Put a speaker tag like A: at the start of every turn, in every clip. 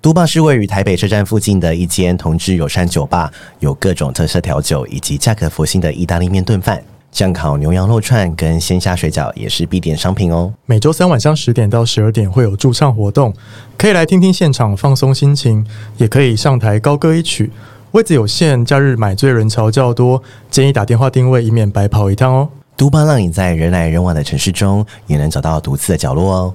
A: 都霸是位于台北车站附近的一间同志友善酒吧，有各种特色调酒以及价格佛性的意大利面炖饭。酱烤牛羊肉串跟鲜虾水饺也是必点商品哦。
B: 每周三晚上十点到十二点会有驻唱活动，可以来听听现场放松心情，也可以上台高歌一曲。位子有限，假日买醉人潮较多，建议打电话定位，以免白跑一趟哦。
A: 都巴让你在人来人往的城市中，也能找到独自的角落哦。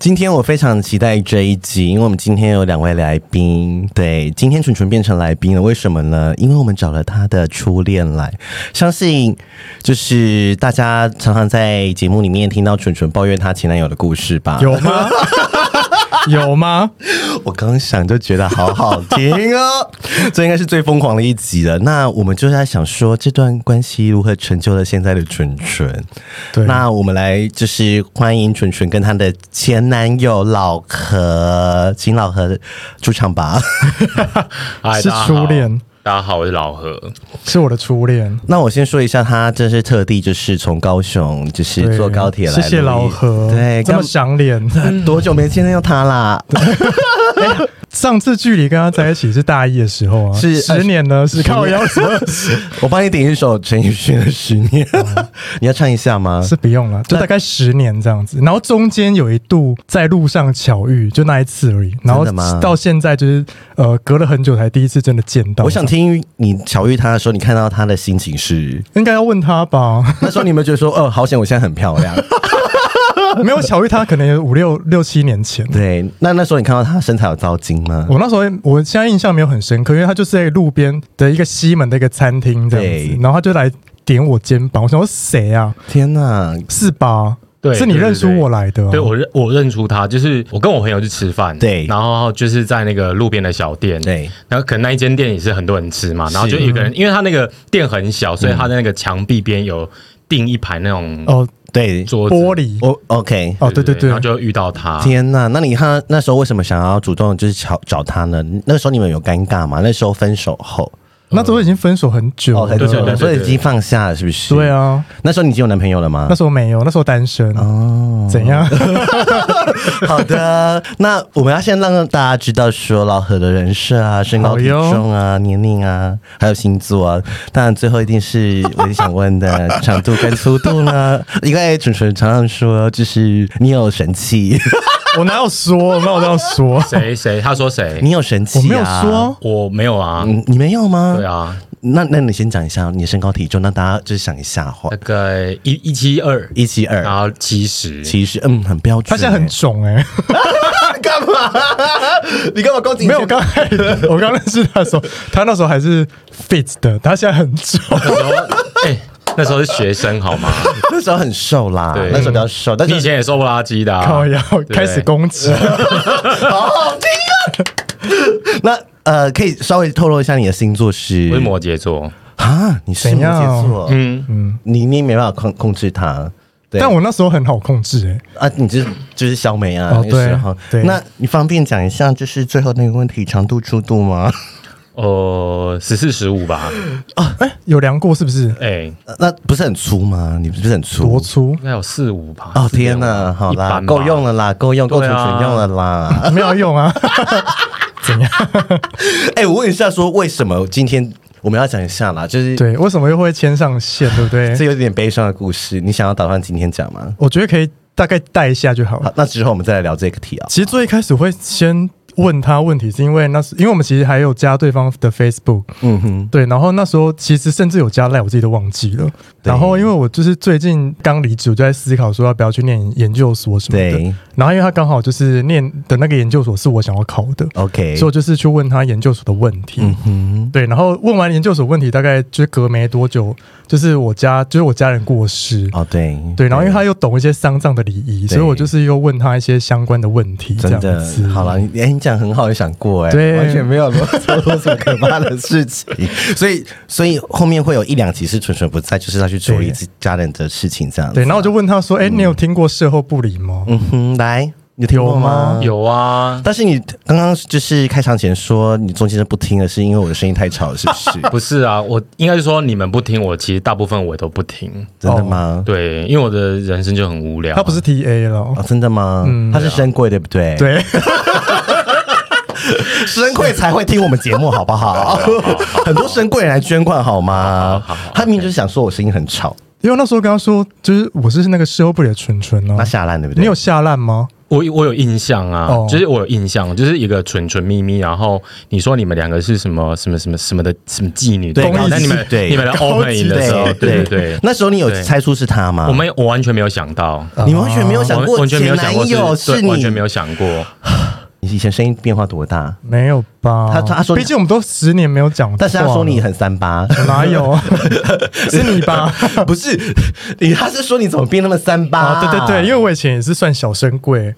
A: 今天我非常期待这一集，因为我们今天有两位来宾。对，今天纯纯变成来宾了，为什么呢？因为我们找了他的初恋来。相信就是大家常常在节目里面听到纯纯抱怨她前男友的故事吧？哦
B: 有 吗？有吗？
A: 我刚想就觉得好好听哦，这应该是最疯狂的一集了。那我们就是在想说，这段关系如何成就了现在的纯纯？
B: 对
A: 那我们来就是欢迎纯纯跟她的前男友老何，请老何出场 吧。
C: 嗨
B: 是
C: 大家
B: 初
C: 好
B: 恋
C: 大家好，我是老何。
B: 是我的初恋。
A: 那我先说一下，他这是特地就是从高雄就是
B: 对
A: 坐高铁来录
B: 谢
A: 音，
B: 谢老何，
A: 对，
B: 这么
A: 刚
B: 赏脸。
A: 多久没见到他 啦？
B: 上次距离跟他在一起是大一的时候啊，
A: 是呃
B: 十年呢，是靠腰什么？
A: 我帮你点一首陈奕迅的《十年》， 你要唱一下吗？
B: 哦是啊不用了，就大概十年这样子。然后中间有一度在路上巧遇，就那一次而已。然后
A: 真的吗
B: 到现在就是呃，隔了很久才第一次真的见到。
A: 我想听你巧遇他的时候，你看到他的心情是
B: 应该要问他吧。
A: 那时候你有没有觉得说，哦，好险，我现在很漂亮？
B: 没有巧遇他，可能有五六六七年前。
A: 对，那那时候你看到他身材有糟心吗？
B: 我那时候，我现在印象没有很深刻，因为他就是在路边的一个西门的一个餐厅这样
A: 对
B: 子，然后他就来点我肩膀，我想说谁啊？
A: 天哪！
B: 是吧？
C: 对
B: 是你
C: 对对
B: 认出我来的、哦
C: 对我认我认出他，就是我跟我朋友去吃饭，
A: 对
C: 然后就是在那个路边的小店，
A: 对，
C: 然后可能那一间店也是很多人吃嘛，然后就一个人，因为他那个店很小，所以他在那个墙壁边有订一排那种
B: 哦，
A: 对，
C: 桌子，
B: 玻璃
A: 我 OK。
B: 哦，对对对
C: 然后，就遇到他，
A: 天啊呐，那你看那时候为什么想要主动就是找找他呢？那时候你们有尴尬吗？那时候分手后，
B: 那时候已经分手很久
A: 哦，
B: 了，
A: 很久
C: 对对
A: 了，
C: 对
A: 所以已经放下了，是不是？
B: 对。啊，
A: 那时候你已经有男朋友了吗
B: 那？时候没有，那时候单身，
A: 哦，
B: 怎 样？
A: 好 的，那我们要先让大家知道说老何的人设啊、身高、
B: 好
A: 体
B: 哟
A: 重啊、年龄啊，还有星座啊。当然，最后一定是我也想问的长度跟粗度呢， 因为蠢蠢常常说就是你有神器，
B: 我哪有说？我哪有这样 说？
C: 谁谁他说谁，
A: 你有神器、啊，
B: 我没有说，
C: 我没有啊，
A: 嗯，你没有吗？
C: 对。啊，
A: 那那你先讲一下你的身高体重，让大家就是想一下话
C: 大，概一一七二，
A: 一七二
C: 然，后七十，
A: 其实嗯很标准、
B: 他现在很肿哎、
A: 干嘛？你干嘛攻击
B: 没有，我刚开始 我刚认识他的时候，他那时候还是 fit 的，他现在很肿。
C: 那时候哎，那时候是学生好吗？
A: 那时候很瘦啦，
C: 对
A: 那时候比较瘦，但是
C: 你以前也瘦不拉几的啊，
B: 靠腰
C: 对不对
B: 开始攻击，
A: 好好听啊！ 那呃，可以稍微透露一下你的星座是
C: 我是摩羯座，
A: 啊？你是摩羯
B: 怎
A: 座，嗯嗯，你你没办法控控制它。对
B: 但我那时候很好控制哎、
A: 啊，你就是就是小美啊，
B: 哦
A: 那个时候，
B: 对对
A: 那你方便讲一下，就是最后那个问题长度粗度吗？
C: 呃，十四十五吧，
B: 哎有量过是不是？
C: 哎，
A: 呃那不是很粗吗？你不是很粗
B: 多？粗？
C: 应该有四五吧。
A: 哦
C: 4.5
A: 天哪，好啦，够用。了啦，够用，够
C: 对
A: 纯
C: 啊
A: 纯用了 啦。
B: 没有用啊？怎样？
A: 哎、我问一下，说为什么今天我们要讲一下啦？就是
B: 对，为什么又会牵上线？对不对？
A: 这有点悲伤的故事，你想要打算今天讲吗？
B: 我觉得可以大概带一下就好了。
A: 好，那之后我们再来聊这个题啊、
B: 其实最一开始会先，问他问题，是因为那时因为我们其实还有加对方的 Facebook，
A: 嗯哼，
B: 对，然后那时候其实甚至有加赖，我自己都忘记了。
A: 对
B: 然后因为我就是最近刚离职，我就在思考说要不要去念研究所什么的
A: 对。
B: 然后因为他刚好就是念的那个研究所是我想要考的，
A: ，OK，
B: 所以我就是去问他研究所的问题。
A: 嗯哼，
B: 对，然后问完研究所问题，大概就是隔没多久，就是我家就是我家人过世。
A: 哦对
B: 对，然后因为他又懂一些丧葬的礼仪，所以我就是又问他一些相关的问题，这
A: 真
B: 样
A: 的
B: 子。
A: 好了，你哎、你讲很好，有想过哎、
B: 对
A: 完全没有做过什么可怕的事情， 所以所以后面会有一两集是纯纯不在，就是他去处理
B: 对
A: 自家人的事情这样子。
B: 对，然后我就问他说：“哎、你有听过事后不理吗？”
A: 嗯哼，来，你听过吗？。
C: 有啊，
A: 但是你刚刚就是开场前说你中间是不听了，是因为我的声音太吵了，是不 是？
C: 不是啊，我应该是说你们不听我，其实大部分我也都不听。
A: 真的吗？
C: 对，因为我的人生就很无聊。
B: 他不是 T A 了
A: 哦，，真的吗？
C: 嗯
A: 他是深贵，对不对？，
B: 对，
A: 深贵才会听我们节目，好不 好？很多深贵人来捐款，好吗？他明明就是想说我声音很吵，
B: 因为我那时候跟他说，就是我是那个事后不理的纯纯
A: 那
B: 啊。
A: 下烂对不对？
B: 你有下烂吗？
C: 我我有印象啊，
B: 哦
C: 就是我有印象，就是一个蠢蠢咪咪，然后你说你们两个是什么什么什么什么的什么妓女，
A: 对
C: 然后
A: 高级
C: 那你们
A: 对
C: 你们的
B: 高
C: open
B: 级
C: 营的时候，对对对，
A: 那时候你有
C: 对
A: 猜出是他吗？
C: 我们我完全没有想到，
A: 你完全没有
C: 我
A: 想
C: 们
A: 过
C: 完全没
A: 前
C: 有想
A: 男
C: 过
A: 友
C: 对
A: 是你，
C: 完全没有想过，
A: 你以前声音变化多大？
B: 没有吧？
A: 他他说
B: 毕竟我们都十年没有讲话了，
A: 但是他说你很三八，
B: 哪有？是你吧？
A: 不是你，他是说你怎么变那么三八、
C: 哦
B: 啊，对对对，因为我以前也是算小生贵，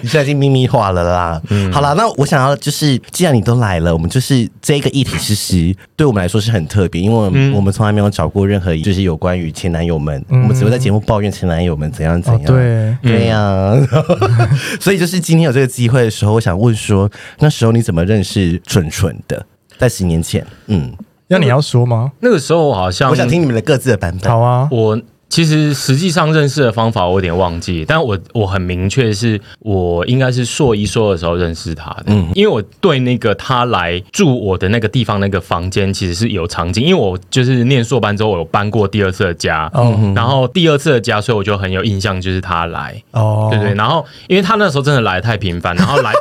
A: 你现在已经秘密化了啦。
B: 嗯
A: 好啦，那我想要就是，既然你都来了，我们就是这个议题，其实对我们来说是很特别，因为我
B: 嗯
A: 们我们从来没有找过任何就是有关于前男友们，我们只会在节目抱怨前男友们怎样怎样。
B: 哦对
A: 对呀、 所以就是今天有这个机会的时候，我想问说，那时候你怎么认识蠢蠢的？在十年前，嗯，
B: 那你要说吗？
C: 那个时候我好像
A: 我想听你们的各自的版本。
B: 好啊，
C: 我其实实际上认识的方法我有点忘记，但我我很明确是我应该是硕一硕二的时候认识他的，因为我对那个他来住我的那个地方那个房间其实是有场景，因为我就是念硕班之后我有搬过第二次的家，
B: 哦
C: 然后第二次的家，所以我就很有印象就是他来，
B: 哦，
C: 对对，然后因为他那时候真的来得太频繁，然后来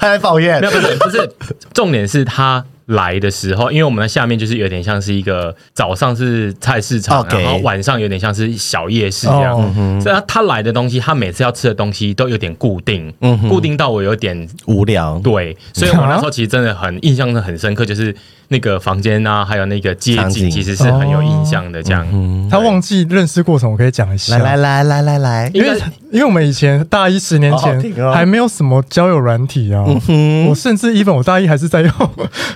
A: 他在抱怨
C: 没有，不是不是，重点是他来的时候，因为我们的下面就是有点像是一个早上是菜市场
A: OK
C: 然后晚上有点像是小夜市这样。
B: 哦
C: 所以他他来的东西，他每次要吃的东西都有点固定，
B: 嗯
C: 固定到我有点
A: 无聊，
C: 对，所以我那时候其实真的很印象很深刻，就是那个房间啊，还有那个街
A: 场景
C: 景，其实是很有印象的。
B: 哦
C: 这样，
B: 他忘记认识过程，我可以讲一下。
A: 来来来来来来，
C: 因为
B: 因为我们以前大一十年
A: 好好嗯听
B: 前
A: 哦
B: 还没有什么交友软体啊，我甚至 even 我大一还是在用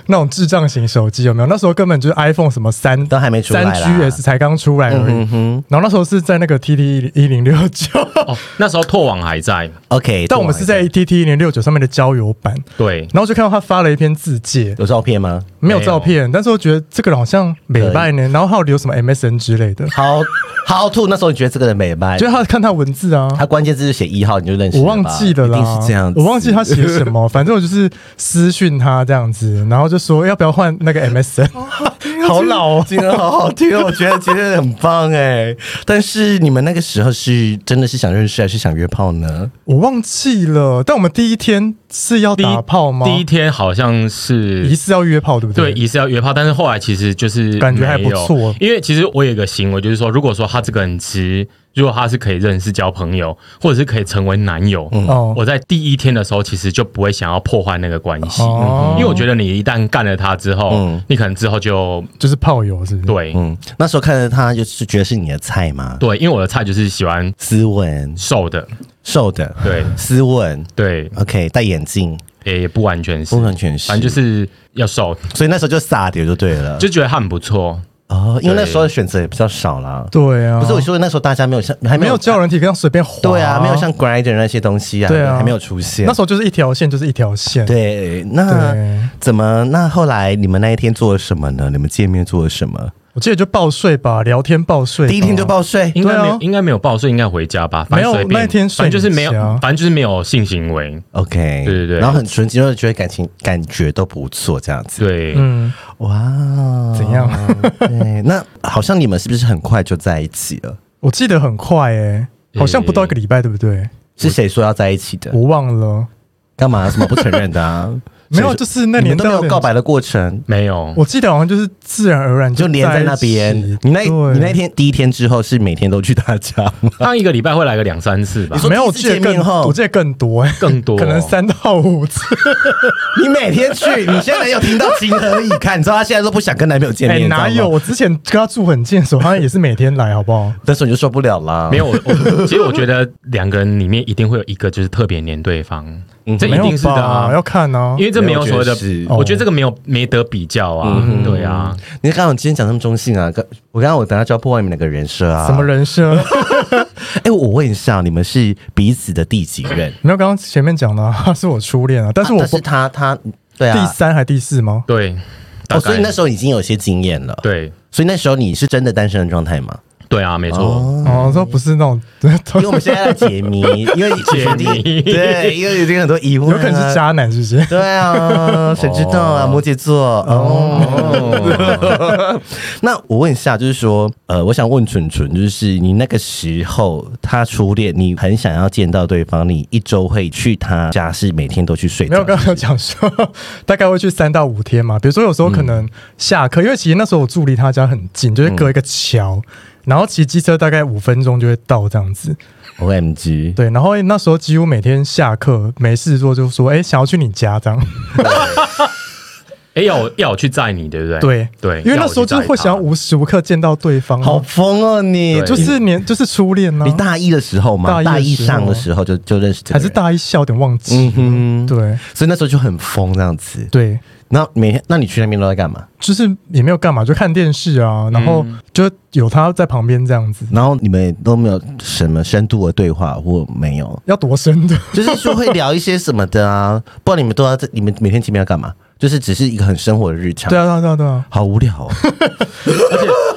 B: 那种智障型手机，有没有？那时候根本就是 iPhone 什么三
A: 都还没出来啦嗯
B: 三 GS 才刚出来而已。然后那时候是在那个 TT 一零六 九，
C: 哦，那时候拓网还在，
A: OK，
B: 但我们是在 TT 一零六九上面的交友版，
C: 对，
B: 然后就看到他发了一篇自介，
A: 有照片吗？
B: 没有照片，但是我觉得这个人好像美拜呢，然后还有留什么 MSN 之类的，
A: 好好吐，那时候你觉得这个人美白，
B: 就他看他文字啊，
A: 他关键字是写一号，你就认识
B: 我
A: 了吧
B: 忘记了啦，
A: 一定是这样子，
B: 我忘记他写 什么，反正我就是私讯他这样子，然后就说要不要换那个 MSN，好
A: 啊
B: 老哦。
A: 今天好好听哦，我觉得今天很棒哎。但是你们那个时候是真的是想认识还是想约炮呢？
B: 我忘记了。但我们第一天是要
C: 第一
B: 打炮吗？
C: 第一天好像是
B: 疑似要约炮，对不
C: 对，
B: 对？
C: 疑似要约炮，但是后来其实就是
B: 感觉还不
C: 没有
B: 错
C: 因为其实我有一个行为，就是说，如果说他这个人直，如果他是可以认识、交朋友，或者是可以成为男友，
B: 哦
C: 我在第一天的时候其实就不会想要破坏那个关系，
B: 哦
C: 因为我觉得你一旦干了他之后，
A: 嗯
C: 你可能之后就
B: 就是炮友，是不是？
C: 对、
A: 嗯，那时候看着他就是觉得是你的菜嘛，
C: 对，因为我的菜就是喜欢
A: 斯文
C: 瘦的，
A: 瘦的，
C: 对
A: 斯文
C: 对，
A: ，OK，戴眼镜，
C: 也也不完全是
A: 不，嗯完全是，
C: 反正就是要瘦，
A: 所以那时候就傻点就对了，
C: 就觉得他很不错，
A: 哦，因为那时候的选择也比较少啦。
B: 对啊，
A: 不是我说那时候大家没有像还
B: 没
A: 有
B: 有交友软体，跟随便滑。
A: 对啊，没有像 Grinder 那些东西啊，
B: 哦对啊
A: 还没有出现
B: 那。时候就是一条线，就是一条线。
A: 对，啊那
B: 对
A: 怎么？那后来你们那一天做了什么呢？你们见面做了什么？
B: 我记得就报税吧，聊天报税，
A: 第一天就。报税，
C: 应该没有，
B: 对啊
C: 应该没有报，所以应该回家吧。反正
B: 没有
C: 随便
B: 那天睡啊
C: 反正就是没有
B: 你家，
C: 反正就是没有性行为。
A: OK，
C: 对对对
A: 然后很纯情，就是觉得感情感觉都不错，这样子。
C: 对，
B: 嗯，
A: 哇，
B: 怎样？
A: 对，那好像你们是不是很快就在一起了？
B: 我记欸得很快诶、好像不到一个礼拜，对不对？
A: 是谁说要在一起的？
B: 我忘了。
A: 干嘛？什么不承认的、啊？
B: 没有，就是那
A: 你
B: 年
A: 们都没
B: 到
A: 有
B: 底
A: 告，白的过程，
C: 没有，
B: 我记得好像就是自然而然
A: 就连在那边。你那你那天第一天之后是每天都去他家吗？
C: 他一个礼拜会来个两三次吧
A: 你，说
B: 没有，
A: 第
B: 我
A: 一次
B: 记得
A: 见面
B: 更，
A: 后
B: 我记得更多、欸，
C: 更多
B: 可能三到五次。
A: 你每天去，你现在有听到情何以堪？你知道她现在都不想跟男朋友见
B: 哎、
A: 面，你知道
B: 哪
A: 吗
B: 有？？我之前跟他住很近的时候，他也是每天来，好不好？
A: 但是你就受不了啦。
C: 没有，我我其实我觉得两个人里面一定会有一个就是特别黏对方，这一
B: 嗯没有
C: 定是的
B: 吧？哦
C: 啊
B: 要，看啊
C: 因，为这没有所谓
A: 没有嗯觉得
C: 的
A: 是，
C: 我觉得这个没有没得比较啊，对啊，
A: 你刚刚今天讲那么中性啊，刚我刚刚我等下就要破坏你们两个人设啊。
B: 什么？人设？
A: 哎、我问一下，你们是彼此的第几任？
B: 没有，刚刚前面讲的、啊，他是我初恋啊，但是我
A: 啊
B: 不、
A: 是他他对
B: 第
A: 啊，
B: 三还第四吗？
C: 对，大
A: 哦，所以
C: 概
A: 那时候已经有些经验了。，
C: 对
A: 所以那时候你是真的单身的状态吗？
C: 对啊，没错，
B: 哦，说不是那种，
A: 嗯因为我们现在在解谜，因为
C: 解谜
A: 对，因为已经很多疑问、
B: 有
A: 啊，
B: 可能是渣男，是不是？
A: 对啊，谁知道啊？摩羯座
B: 哦
A: 哦。那我问一下，就是说，呃，我想问蠢蠢，就是你那个时候他初恋，你很想要见到对方，你一周会去他家，是每天都去睡
B: 没有，
A: 觉？
B: 刚刚有讲说大概会去三到五天嘛。比如说有时候可
A: 嗯
B: 能下课，因为其实那时候我住离他家很近，就是隔一个桥，然后骑机车大概五分钟就会到这样子。
A: O M G，
B: 对，然后那时候几乎每天下课没事做就说，哎、想要去你家这样。
C: 哎，要我要我去载你，对不对？
B: 对
C: 对，
B: 因为那时候就是会想要
C: 我
B: 无时无刻见到对方啊，
A: 好疯哦你！
C: 对
A: 就
B: 就是是年就是初恋呢、
A: 你大一的时候嘛，大
B: 大
A: 一
B: 一的时候
A: 上的时候就就认识这个
B: 还
A: 人，
B: 是大一下，有点忘记。
A: 嗯哼，
B: 对
A: 所以那时候就很疯这样子。
B: 对，
A: 那每天，那你去那边都在干嘛？
B: 就是也没有干嘛，就看电视啊，然后
A: 嗯
B: 就有他在旁边这样子，
A: 然后你们都没有什么深度的对话或没有？
B: 要多深的。
A: 就是说会聊一些什么的啊， 不然你们都要在你们每天见面要干嘛？就是只是一个很生活的日常，
B: 对啊，对啊，对啊，对啊。
A: 好无聊哦。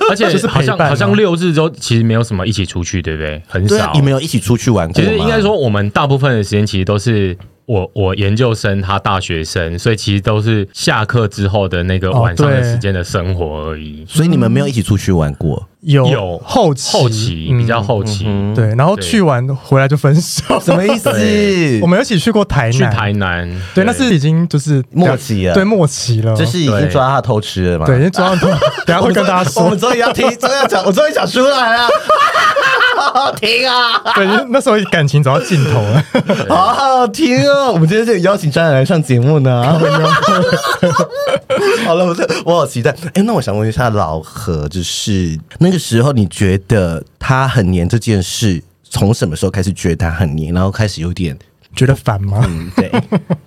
C: 而且
B: 就是陪
C: 好像
B: 伴啊
C: 好像六日之后其实没有什么一起出去，对不对？很
A: 对啊
C: 少，
A: 你们有一起出去玩过
C: 其
A: 吗？
C: 实应该说，我们大部分的时间其实都是我我研究生，他大学生，所以其实都是下课之后的那个
B: 哦
C: 晚上的
B: 对
C: 时间的生活而已。
A: 所以你们没有一起出去玩过。
B: 有
C: 有
B: 后期
C: 后期比较、后期，
B: 嗯对，然后
C: 对
B: 去完回来就分手，
A: 什么意思？
B: 我们有一起去过台南，
C: 去台南，
B: 对，那是已经就是
A: 末期了
B: 对末期了，
A: 就是已经抓他偷吃了嘛？
B: 嗯对，因为 抓到等一下
A: 我
B: 会
A: 们终
B: 跟
A: 于，
B: 大家
A: 我
B: 说
A: 们，终于要听，终于要讲，我终于讲出来了。 好好听啊，
B: 对，因为那时候感情走到尽头了，
A: 好好听哦！我们今天就邀请张然来上节目呢。啊 好了，我这我好期待。哎、那我想问一下老何，就是那个时候你觉得他很黏这件事，从什么时候开始觉得他很黏，然后开始有点
B: 觉得烦吗？
A: 嗯，对，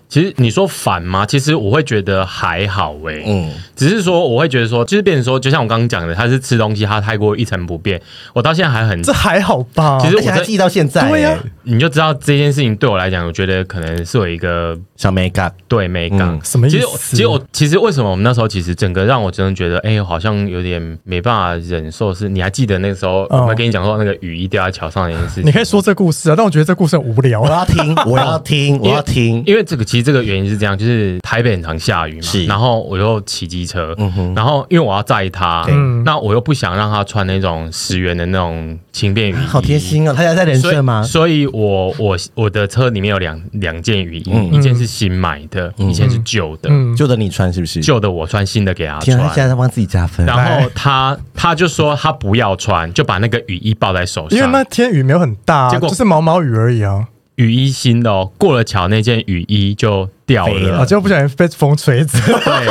C: 其实你说烦吗？其实我会觉得还好诶、
A: 嗯
C: 只是说我会觉得说，就是变成说，就像我刚刚讲的，他是吃东西，他太过一成不变，我到现在还很
B: 这还好吧？
C: 其实
A: 而
C: 我
A: 且
C: 在
A: 还记到现在、
B: 对呀
A: 哎
C: 你就知道这件事情对我来讲，我觉得可能是有一个
A: 小 make up，
C: 对美感、
A: 嗯
B: 什么意思
C: 其实我，其实我其实为什么我们那时候其实整个让我真的觉得，哎、好像有点没办法忍受是。你还记得那个时候
B: 哦
C: 我们跟你讲说那个雨衣掉在桥上那件事情？
B: 你可以说这故事啊，但我觉得这故事很无聊
A: 我
B: 啊。
A: 要听，我要听，我要听。
C: 因为这个其实这个原因是这样，就是台北很常下雨嘛
A: 是，嗯
C: 然后我又骑机车，然后因为我要载他
A: 对，
C: 那我又不想让他穿那种十元的那种轻便雨衣，
A: 好贴。心哦！他家在人
C: 所以
A: 设吗？
C: 所以我我我的车里面有两两件雨衣，
A: 嗯
C: 一件是新买的，一件是旧的，
B: 嗯，
A: 就等你穿是不是？
C: 旧的我穿，新的给他
A: 天啊，他现
C: 穿。
A: 在在帮自己加分。
C: 然后他他就说他不要穿，就把那个雨衣抱在手上。
B: 因为那天雨没有很大啊，
C: 结果
B: 就是毛毛雨而已啊，
C: 雨衣新的哦，过了桥那件雨衣就掉
A: 飞了
C: 了
B: 啊，。结果不小心被风吹走。
C: 对，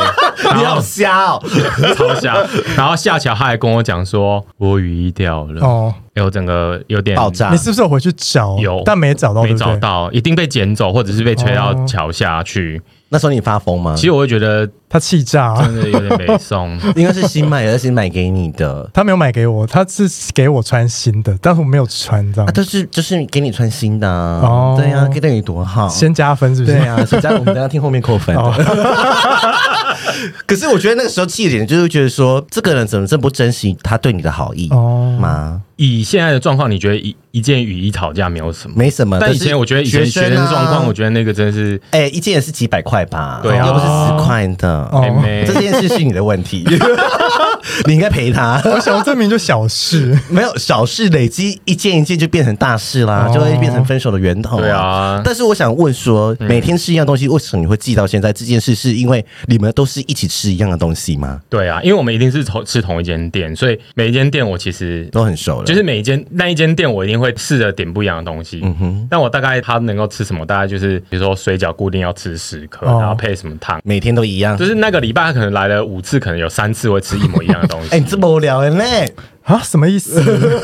A: 你
C: 然
A: 好
C: 后
A: 瞎哦！
C: 超瞎。然后下桥他还跟我讲说，我雨衣掉了，
B: 哦，
C: 有整个有点
A: 爆炸
B: 你是不是有回去找？
C: 有
B: 但没找到，
C: 没找
B: 对不对。
C: 到，一定被捡走，或者是被吹到桥下去。
A: 那时候你发疯吗？
C: 其实我会觉得
B: 他气炸啊，
C: 真的有点悲送。
A: 应该是新买的，是买给你的。
B: 他没有买给我，他是给我穿新的，但是我没有穿，这样、
A: 啊，就是就是给你穿新的、啊，
B: 哦
A: 对呀、啊，给对你多好。
B: 先哦加分是不是？
A: 对啊，所以这样我们等一下听后面扣分。 可是我觉得那个时候气点就是觉得说，这个人怎么这么不珍惜他对你的好意
B: 哦
A: 吗？
C: 以现在的状况，你觉得一一件雨衣吵架没有什么？
A: 没什么，
C: 但
A: 可
C: 以
A: 是
C: 前我觉得以前学生
A: 啊
C: 状况，我觉得那个真是
A: 哎、一件也是几百块吧，
C: 对啊哎
A: 又不是十块的。
B: 哦
C: 妹妹
A: 这件事是你的问题，你应该陪他。
B: 我想要证明就小事，
A: 没有小事累积一件一件就变成大事啦，
B: 哦
A: 就会变成分手的源头、
C: 对啊嗯
A: 但是我想问说，每天吃一样东西，为什么你会记到现在？这件事是因为你们都是一起吃一样的东西吗？
C: 对啊，因为我们一定是同吃同一间店，所以每一间店我其实
A: 都很熟了，
C: 就是每一间那一间店，我一定会试着点不一样的东西。嗯哼，但我大概它能够吃什么，大概就是比如说水饺固定要吃十颗，
B: 哦
C: 然后配什么汤，
A: 每天都一样
C: 就。是那个礼拜他可能来了五次，可能有三次会吃一模一样的东西。
A: 哎、你这么无聊的 嘞！
B: 啊，什么意思？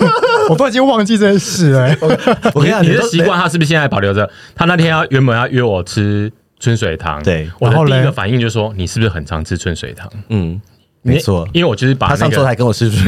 B: 我都已经忘记这件事了、欸
A: 我跟你讲，
C: 你的
A: 都
C: 习惯，他是不是现在保留着？他那天要原本要约我吃春水堂，
A: 对
C: 我的
B: 然后
C: 第
B: 嘞
C: 一个反应就说：“你是不是很常吃春水堂
A: 嗯，？”没错
C: 因。为因为我就是把
A: 他
C: 那
A: 上周
C: 个
A: 还跟我吃 饭，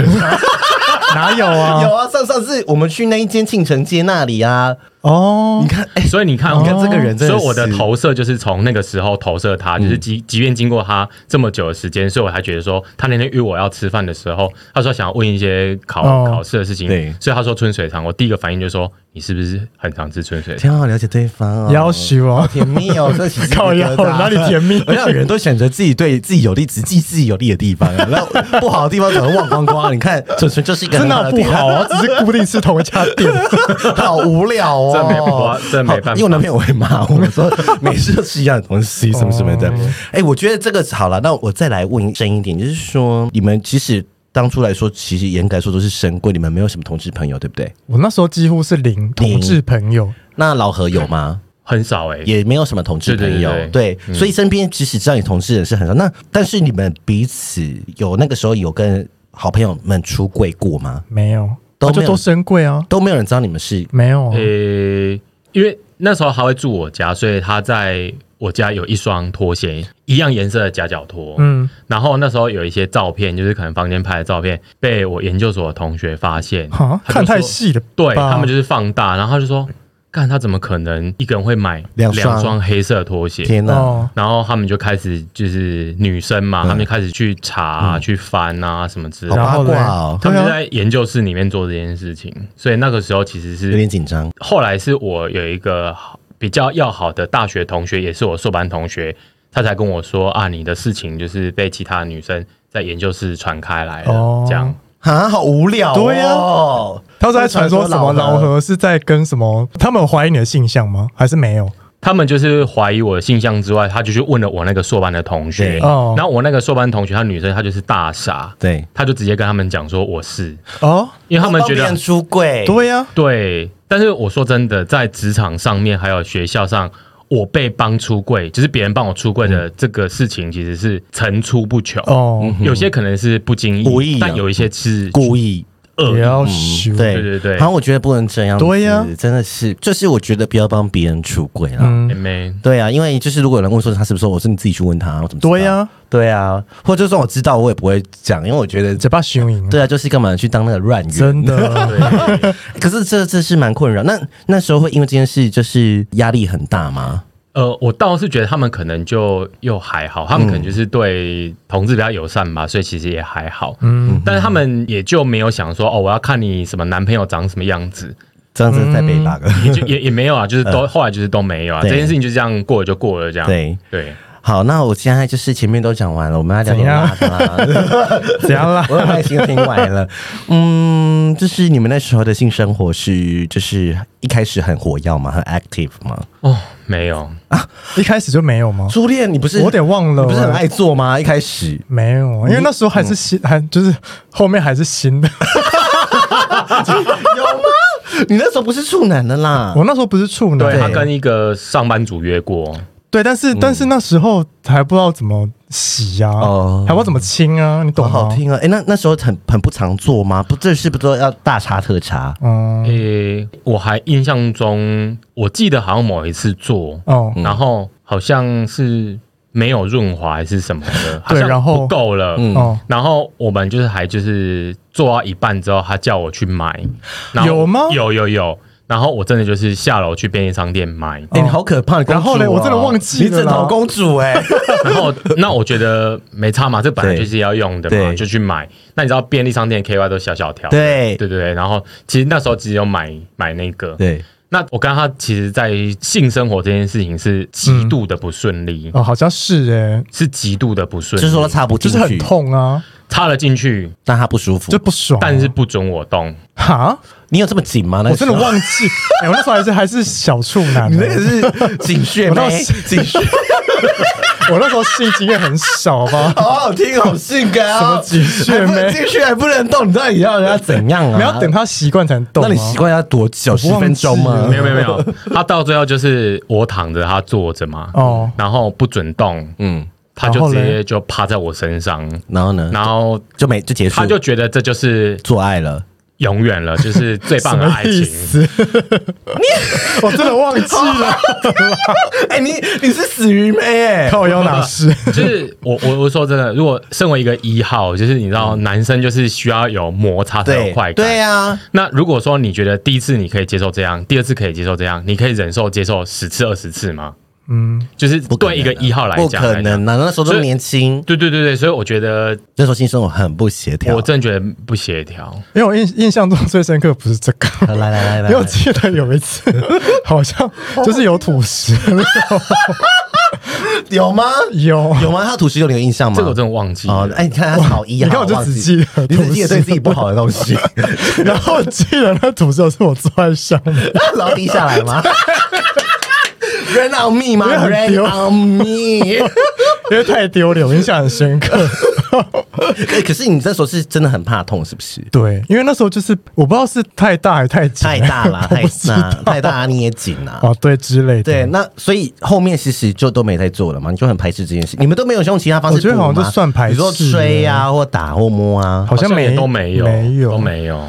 B: 哪有啊？
A: 有啊，上上次我们去那一间庆城街那里啊，
B: 哦
A: 你，看，哎、
C: 所以你看，哦
A: 你看这个人真的
C: 所以
A: 是嗯
C: 我的投射就是从那个时候投射他，就是即即便经过他这么久的时间，所以我还觉得说，他那天约我要吃饭的时候，他说想要问一些考、
B: 哦
C: 考试的事情，
A: 对
C: 所以他说春水堂，我第一个反应就说，你是不是很常吃春水堂？
A: 挺好了解对方哦，
B: 要许哦，
A: 甜蜜哦，这起鸡皮
B: 靠腰
A: 疙瘩
B: 哪里甜蜜
A: 我想人都选择自己对自己有利，只记自己有利的地方、啊，然后不好的地方可能忘光光。你看，纯纯就是一个
B: 真
A: 很好的
B: 的不
A: 地方
B: 好，啊，只是固定吃同一家 店。
A: 好无聊哦，
C: 这没办法这没办法
A: 好因为我男朋友会骂我说每次都吃一样的东 西，什么什么的
B: 哦。
A: 哎，我觉得这个好了，那我再来问深一点，就是说你们其实。当初来说，其实严格来说都是神棍，你们没有什么同志朋友，对不对？
B: 我那时候几乎是零同志朋友，
A: 那老何有吗？
C: 很少哎、
A: 也没有什么同志朋友，
C: 对对嗯
A: 对，所以身边即使知道你同志的人是很少。那但是你们彼此有那个时候有跟好朋友们出柜过吗？
B: 没有，
A: 都
B: 啊就
A: 没有
B: 都深贵啊，
A: 都没有人知道你们是
B: 没有啊，
C: 呃、因为那时候他会住我家，所以他在我家有一双拖鞋，一样颜色的夹脚拖。
B: 嗯，
C: 然后那时候有一些照片，就是可能房间拍的照片，被我研究所的同学发现
B: 哈，，
C: 他
B: 看
C: 就
B: 太
C: 说
B: 细了吧，
C: 对他们就是放大，然后他就说：“看他怎么可能一个人会买
A: 两双
C: 两双黑色拖鞋
A: 天？”哪，
B: 哦，
C: 然后他们就开始就是女生嘛，他们就开始去查啊、去翻啊什么之类
A: 嗯好
C: 的。
A: 八
B: 然后嘞
A: 卦哦，
C: 他们就
B: 对啊
C: 在研究室里面做这件事情，所以那个时候其实
A: 有
C: 是
A: 点紧张。
C: 后来是我有一个好比较要好的大学同学，也是我硕班同学，他才跟我说啊，你的事情就是被其他女生在研究室传开来了，
B: 哦
C: 这样。
A: 啊，好无聊、哦。
B: 对呀他说在传说什么老
A: 何
B: 何是在跟什么？他们有怀疑你的性向吗？还是没有？
C: 他们就是怀疑我的性向之外，他就去问了我那个硕班的同学
A: 对，
B: 哦
C: 然后我那个硕班同学，她女生，她就是大傻，
A: 对，
C: 她就直接跟他们讲说我是，
B: 哦，
C: 因为他们觉
A: 帮别
C: 得
A: 人出柜，
B: 对呀、
C: 对，但是我说真的，在职场上面还有学校上，我被帮出柜，就是别人帮我出柜的
A: 嗯
C: 这个事情，其实是层出不穷。
B: 哦，
C: 有些可能是不经意，
A: 故意的啊
C: 但有一些是
A: 故意。啊
C: 恶
B: 也
C: 意。
B: 要修、
A: 嗯对
C: 对对对
A: 然后我觉得不能这样子，
B: 对呀
A: 真的是，就是我觉得不要帮别人出柜啦。
B: 嗯，
C: 妹妹，
A: 对啊，因为就是如果有人问说他是不是，我说你自己去问他，我怎么知道
B: 对呀、
A: 对啊，或者就算我知道，我也不会讲，因为我觉得这
B: 嘴巴修赢，
A: 对啊，就是干嘛去当那个乱源？
B: 嗯真的，
C: 对，
A: 可是这这是蛮困扰。那那时候会因为这件事就是压力很大吗？
C: 呃，我倒是觉得他们可能就又还好，他们可能就是对同志比较友善吧，所以其实也还好。
B: 嗯，
C: 但是他们也就没有想说哦，我要看你什么男朋友长什么样子，
A: 这样子太
B: 嗯
A: 被打了。
C: 也就也也没有啊，就是都、后来就是都没有啊，
A: 对
C: 这件事情就这样过了就过了这样。
A: 对，
C: 对，
A: 好，那我现在就是前面都讲完了，我们要聊
B: 怎
A: 点
B: 样
A: 辣的啦。
B: 怎样啦？
A: 我很开心听完了。嗯，就是你们那时候的性生活是，就是一开始很活跃吗？很 active 吗？
C: 哦，没有，
B: 一开始就没有吗？
A: 初恋，你不是
B: 我有点忘了，欸
A: 你不是很爱做吗？一开始
B: 没有，啊因为那时候还是新，还就是后面还是新的。
A: 有吗？你那时候不是处男的啦。
B: 我那时候不是处男，
C: 对
A: 对
C: 他跟一个上班族约过，
B: 对，但
A: 嗯
B: 是、但是那时候还不知道怎么洗呀、
A: 哦
B: 还不知道怎么清啊，你
A: 好
B: 懂吗？
A: 好听啊！哎、那那时候很很不常做吗？不，这是不是都要大查特查？
B: 嗯，
C: 诶、我还印象中，我记得好像某一次做，
B: 哦，
C: 然后好像是没有润滑还是什么的，好
B: 对
C: 像
B: 然后
C: 不够了，
A: 嗯
B: 哦，
C: 然后我们就是还就是做到一半之后，他叫我去买，然后
B: 有吗
C: 有有有。然后我真的就是下楼去便利商 店买，
A: 哎、你好可怕！
B: 哦然后嘞我真的忘记了啦
A: 你枕头公主哎、
C: 然后那我觉得没差嘛，这本来
A: 对
C: 就是要用的嘛，
A: 对
C: 就去买。那你知道便利商店 KY 都小小条，
A: 对
C: 对对对。然后其实那时候只有买买那个。
A: 对，
C: 那我跟他其实，在性生活这件事情是极度的不顺利，
B: 哦，好像是哎、
C: 是极度的不顺
A: 嗯就
C: 利，
A: 是说插不
B: 就
A: 进
B: 是
A: 去，
B: 很痛啊，
C: 插了进去，
A: 但他不舒服
B: 就。不爽、啊
C: 但是不准我动。
B: 哈，
A: 你有这么紧吗？那
B: 我真的
A: 时候
B: 忘 记，哎、我那时候还是还是小处男、欸
A: 你那个是警穴
B: 我那
A: 吗？
B: 是
A: 警穴，。
B: 我那时候性经验很少吧
A: 好好哦听，好性感
B: 什么
A: 啊！
B: 警讯
A: 还不能
B: 妹
A: 进去还不能动，你到底要人家怎样啊？
B: 你要等，他习惯才能动、
A: 那你习？惯要多久？十
B: 我忘记
A: 分钟吗
B: 了？
C: 没有没有没有，他到最后就是我躺着，他坐着嘛，
B: 哦
C: 然后不准动，
A: 嗯，
C: 他
B: 然
C: 就
B: 后
C: 直
B: 嘞嗯
C: 接就趴在我身上，
A: 然后呢？
C: 然后
A: 就没就结束，
C: 他就觉得这就是
A: 做爱 了。
C: 永远了，就是最
B: 什
C: 棒的
B: 么
C: 爱
B: 意
C: 情。
B: 思？我真的忘记了，
A: 哎、你你是死鱼妹哎、
B: 靠腰哪是？
C: 就是我我我说真的，如果身为一个一号，就是你知道，
B: 嗯
C: 男生就是需要有摩擦才有
A: 对
C: 快感。
A: 对啊，
C: 那如果说你觉得第一次你可以接受这样，第二次可以接受这样，你可以忍受接受十次二十次吗？
B: 嗯，
C: 就是
A: 不可能啊
C: 对一个一号来
A: 不
C: 讲，
A: 可能啊！那时候都年轻，
C: 对对对对，所以我觉得
A: 那时候性生活很不协调。嗯
C: 我真的觉得不协调。
B: 因为我印印象中最深刻不是这个，
A: 来来来来
B: 因为我
A: 来，
B: 记得有 一次好像就是有土石，
A: 有吗？
B: 有
A: 有吗？他吐石有你有印象吗？
C: 这个我真的忘记了
A: 哦，哎，你看他好一，
B: 你看
A: 好
B: 我就
A: 忘
B: 只记得
A: 你只记得对
B: 吐石
A: 自己不好的东 西，
B: 然后我记得那土石是我坐在上面，
A: 然后滴下来 吗？Rain on me 吗
B: 因为很丢
A: ？Rain on me。
B: 因为太丢脸，我印象很深刻。
A: 哎，可是你那时候是真的很怕痛，是不 是？
B: 对，因为那时候就是我不知道是太大还是太紧，
A: 太大了，太
B: 我不知
A: 大
B: 道，
A: 太大你也紧啊。
B: 哦，对之类的。
A: 对，，那所以后面其实就都没在做了嘛，你就很排斥这件事。你们都没有用其他方式
B: 我觉得
A: 补吗
B: 好像就算排斥
A: 比如说吹啊，或打或摸 啊。
B: 好像
C: 也
B: 没
C: 都没有，
B: 没有
C: 都没有。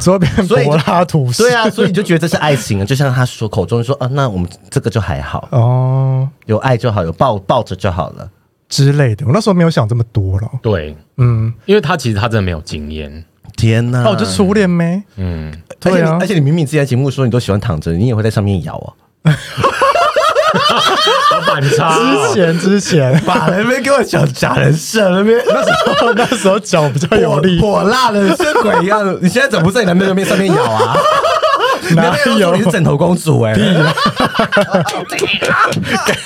B: 左边
A: 所以就
B: 柏拉图式。
A: 对啊，所以你就觉得这是爱情啊，就像他说口中说啊，那我们这个就还好，
B: 哦
A: 有爱就好，有抱抱着就好了。
B: 之类的，我那时候没有想这么多了。
C: 对，
B: 嗯，哦
C: 因为他其实他真的没有 经验。
A: 天哪！
B: 那我就初恋没。
C: 嗯，
A: 而且
B: 对
A: 你
B: 啊
A: 而且你明明之前节目说你都喜欢躺着，你也会在上面摇啊。
C: 好反差
A: 啊
B: 之
C: 哦。
B: 前之前
A: 把那边给我讲假人设那边。
B: 那时候那时候脚比较有力，
A: 火辣的像鬼一样， 你现在怎么不在你男朋友面上面咬啊？
B: 哪
A: 你男朋友
B: 有
A: 说你是枕头公主哎、 欸！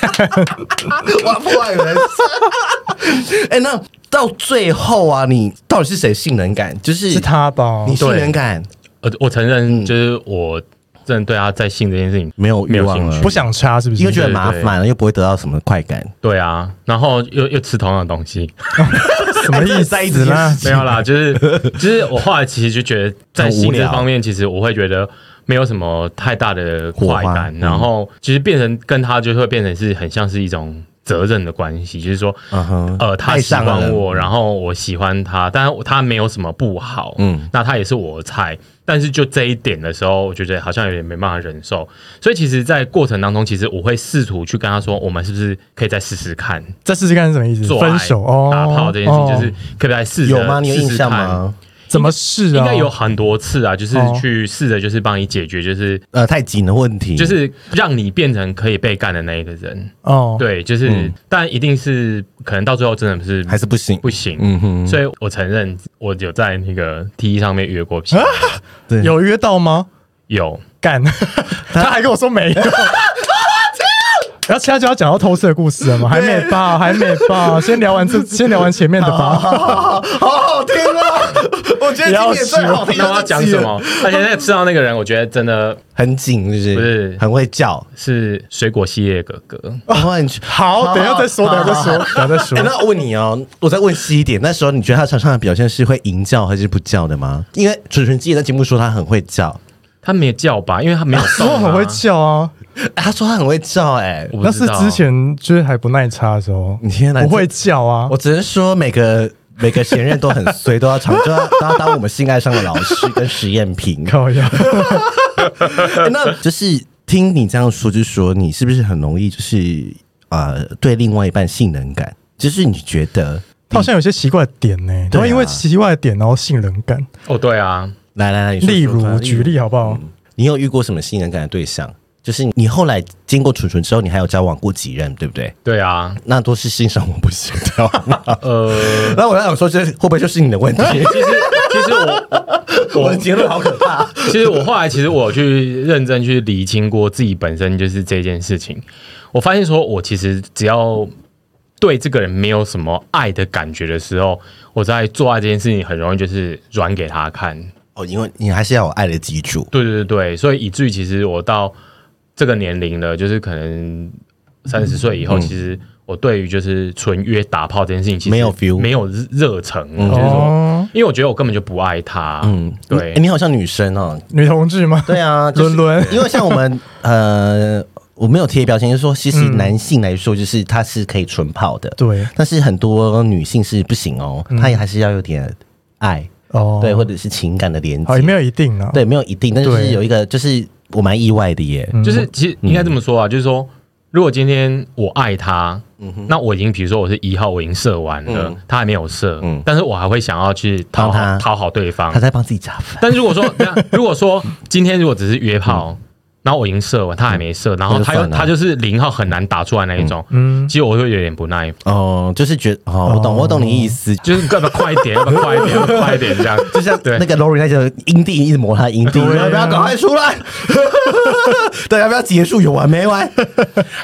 A: 我破坏人 生。哎、那到最后啊，你到底是谁性能感？就是
B: 是他吧？
A: 你性能感
C: 我呃我承认，就是我真的对他在性这件事情
A: 嗯没有欲
C: 没有
A: 望
C: 兴
A: 了
C: 趣
B: 不。想插是不是？
A: 因为觉得麻烦了，又不会得到什么快感。
C: 对啊，然后又又吃同样的东西，
B: 什么意
A: 在意
B: 思
A: 这件
B: 啦
A: 事？
C: 没 有啦，就是就是我后来其实就觉得在
A: 很无
C: 性这
A: 聊
C: 方面，其实我会觉得没有什么太大的
A: 火花
C: 快感，
A: 嗯
C: 然后其实变成跟他就会变成是很像是一种责任的关系，就是说，
A: 嗯哼
C: 呃，他
A: 爱
C: 喜
A: 上了
C: 欢
A: 人
C: 我，然后我喜欢他，但他没有什么不好，
A: 嗯
C: 嗯，那他也是我的菜。但是就这一点的时候，我觉得好像有点没办法忍受，所以其实，在过程当中，其实我会试图去跟他说，我们是不是可以再试试看，
B: 再试试看是什么意思？
C: 做爱
B: 分手哦，
C: 打炮这件事情，就是
B: 哦
C: 可不可以来试着
A: 有吗？你有印象
C: 试试看
A: 吗？
B: 怎么试啊？
C: 应该有很多次啊，就是
B: 哦嗯
C: 去试着就是帮你解决，就是
A: 呃，太紧的问题，
C: 就是让你变成可以被干的那一个人。
B: 哦，
C: 对，就是、但一定是可能到最后真的是
A: 嗯还是不行。
C: 不行。
A: 嗯哼，
C: 所以我承认我有在那个 T 上面约过屁，
B: 啊
A: 对，
B: 有约到吗？
C: 有
B: 干，他还跟我说没有。然后现在就要讲到偷吃的故事了吗？还没吧，还没吧，先聊完这，先聊完前面的吧。
A: 好好听啊！我觉得今天最好听
C: 那我要
A: 的
C: 讲
A: 是
C: 什么？而且那个吃到那个人，我觉得真的
A: 很紧，是不是？
C: 不是
A: 很会叫。
C: 是水果系列哥哥。
A: 好，
B: 好，等一下再说，等一下再说，等一下再
A: 哎、
B: 说。
A: 那我问你哦，我再问细一点，那时候你觉得他场上的表现是会吟叫还是不叫的吗？因为主持人自己在节目说他很会叫，
C: 他没有叫吧，因为他没有 动、
B: 我
C: 啊。
B: 很会叫啊，
A: 哎他说他很会叫、哎，
C: 我不
B: 那是
C: 知道
B: 之前就是还不耐插的时候
A: 你天，哪
B: 不会叫啊
A: 我。只是说每个每个前任都很衰，都要常 都要都要当我们性爱上的老师跟实验 品。
B: 靠呀，
A: 哎那就是听你这样说，就是说你是不是很容易就是呃对另外一半性能感？就是你觉得
B: 他好像有些奇怪的点呢，
A: 对啊
B: 然后因为奇怪的点，然后性冷感。
C: 哦，对啊，
A: 来来来，你说
B: 例
A: 说
B: 如
A: 看
B: 举例好不好？
A: 你有遇过什么性能感的对象？就是你后来经过纯纯之后，你还有交往过几任，对不对？
C: 对啊，
A: 那都是欣赏我不协调 吗？
C: 呃。
A: 那我在想说，这会不会就是你的问题？
C: 欸其实，其实我
A: 我
C: 我
A: 的结论好可怕。
C: 其实我后来其实我有去认真去理清过自己本身就是这件事情，我发现说我其实只要对这个人没有什么爱的感觉的时候，我在做爱这件事情很容易就是软给他看。
A: 哦，因为你还是要有爱的基础。
C: 对对对，所以以至于其实我到这个年龄了，就是可能三十岁以后，其实我对于就是纯约打炮这件事情，其实
A: 嗯没有 feel 嗯
C: 没有热热忱，就是
B: 哦
C: 说，因为我觉得我根本就不爱他。嗯，对
A: 诶，你好像女生哦，
B: 女同志吗？
A: 对啊， 就是、
B: 伦伦
A: 因为像我们呃，我没有贴标签，就是说，其实男性来说，就是他是可以纯泡的，
B: 嗯对嗯
A: 但是很多女性是不行哦，她也还是要有点爱，
B: 哦，
A: 对，或者是情感的连
B: 好也没
A: 接，
B: 有一定啊。
A: 对，没有一定，但就是
B: 对嗯
A: 有一个，就是我蛮意外的耶，
C: 就是其
A: 嗯
C: 实应该这么说啊，就是说，如果今天我爱他，那我已经比如说我是一号，我已经射完了
A: 嗯，
C: 他还没有射
A: 嗯，
C: 但是我还会想要去讨
A: 帮他
C: 好讨好对方
A: 她。在帮自己加分，
C: 但如 果说，那如果说今天如果只是约炮，然后我已经射完，他还没射，然后
A: 嗯那
C: 他又
A: 就算了
C: 他就是零号很难打出来那一种，
B: 嗯，
C: 其实我会有点不耐烦，
A: 哦，就是觉得哦，我懂，
B: 哦
A: 我懂你意思。
C: 就是要不要快一点，要不要快一点，要不要快一 点这样，就像对
A: 那。个 Lori 那个阴蒂一直磨他的 阴蒂，
B: 对啊
A: 要不要赶快出来？ 对，要不要结束有完没 完？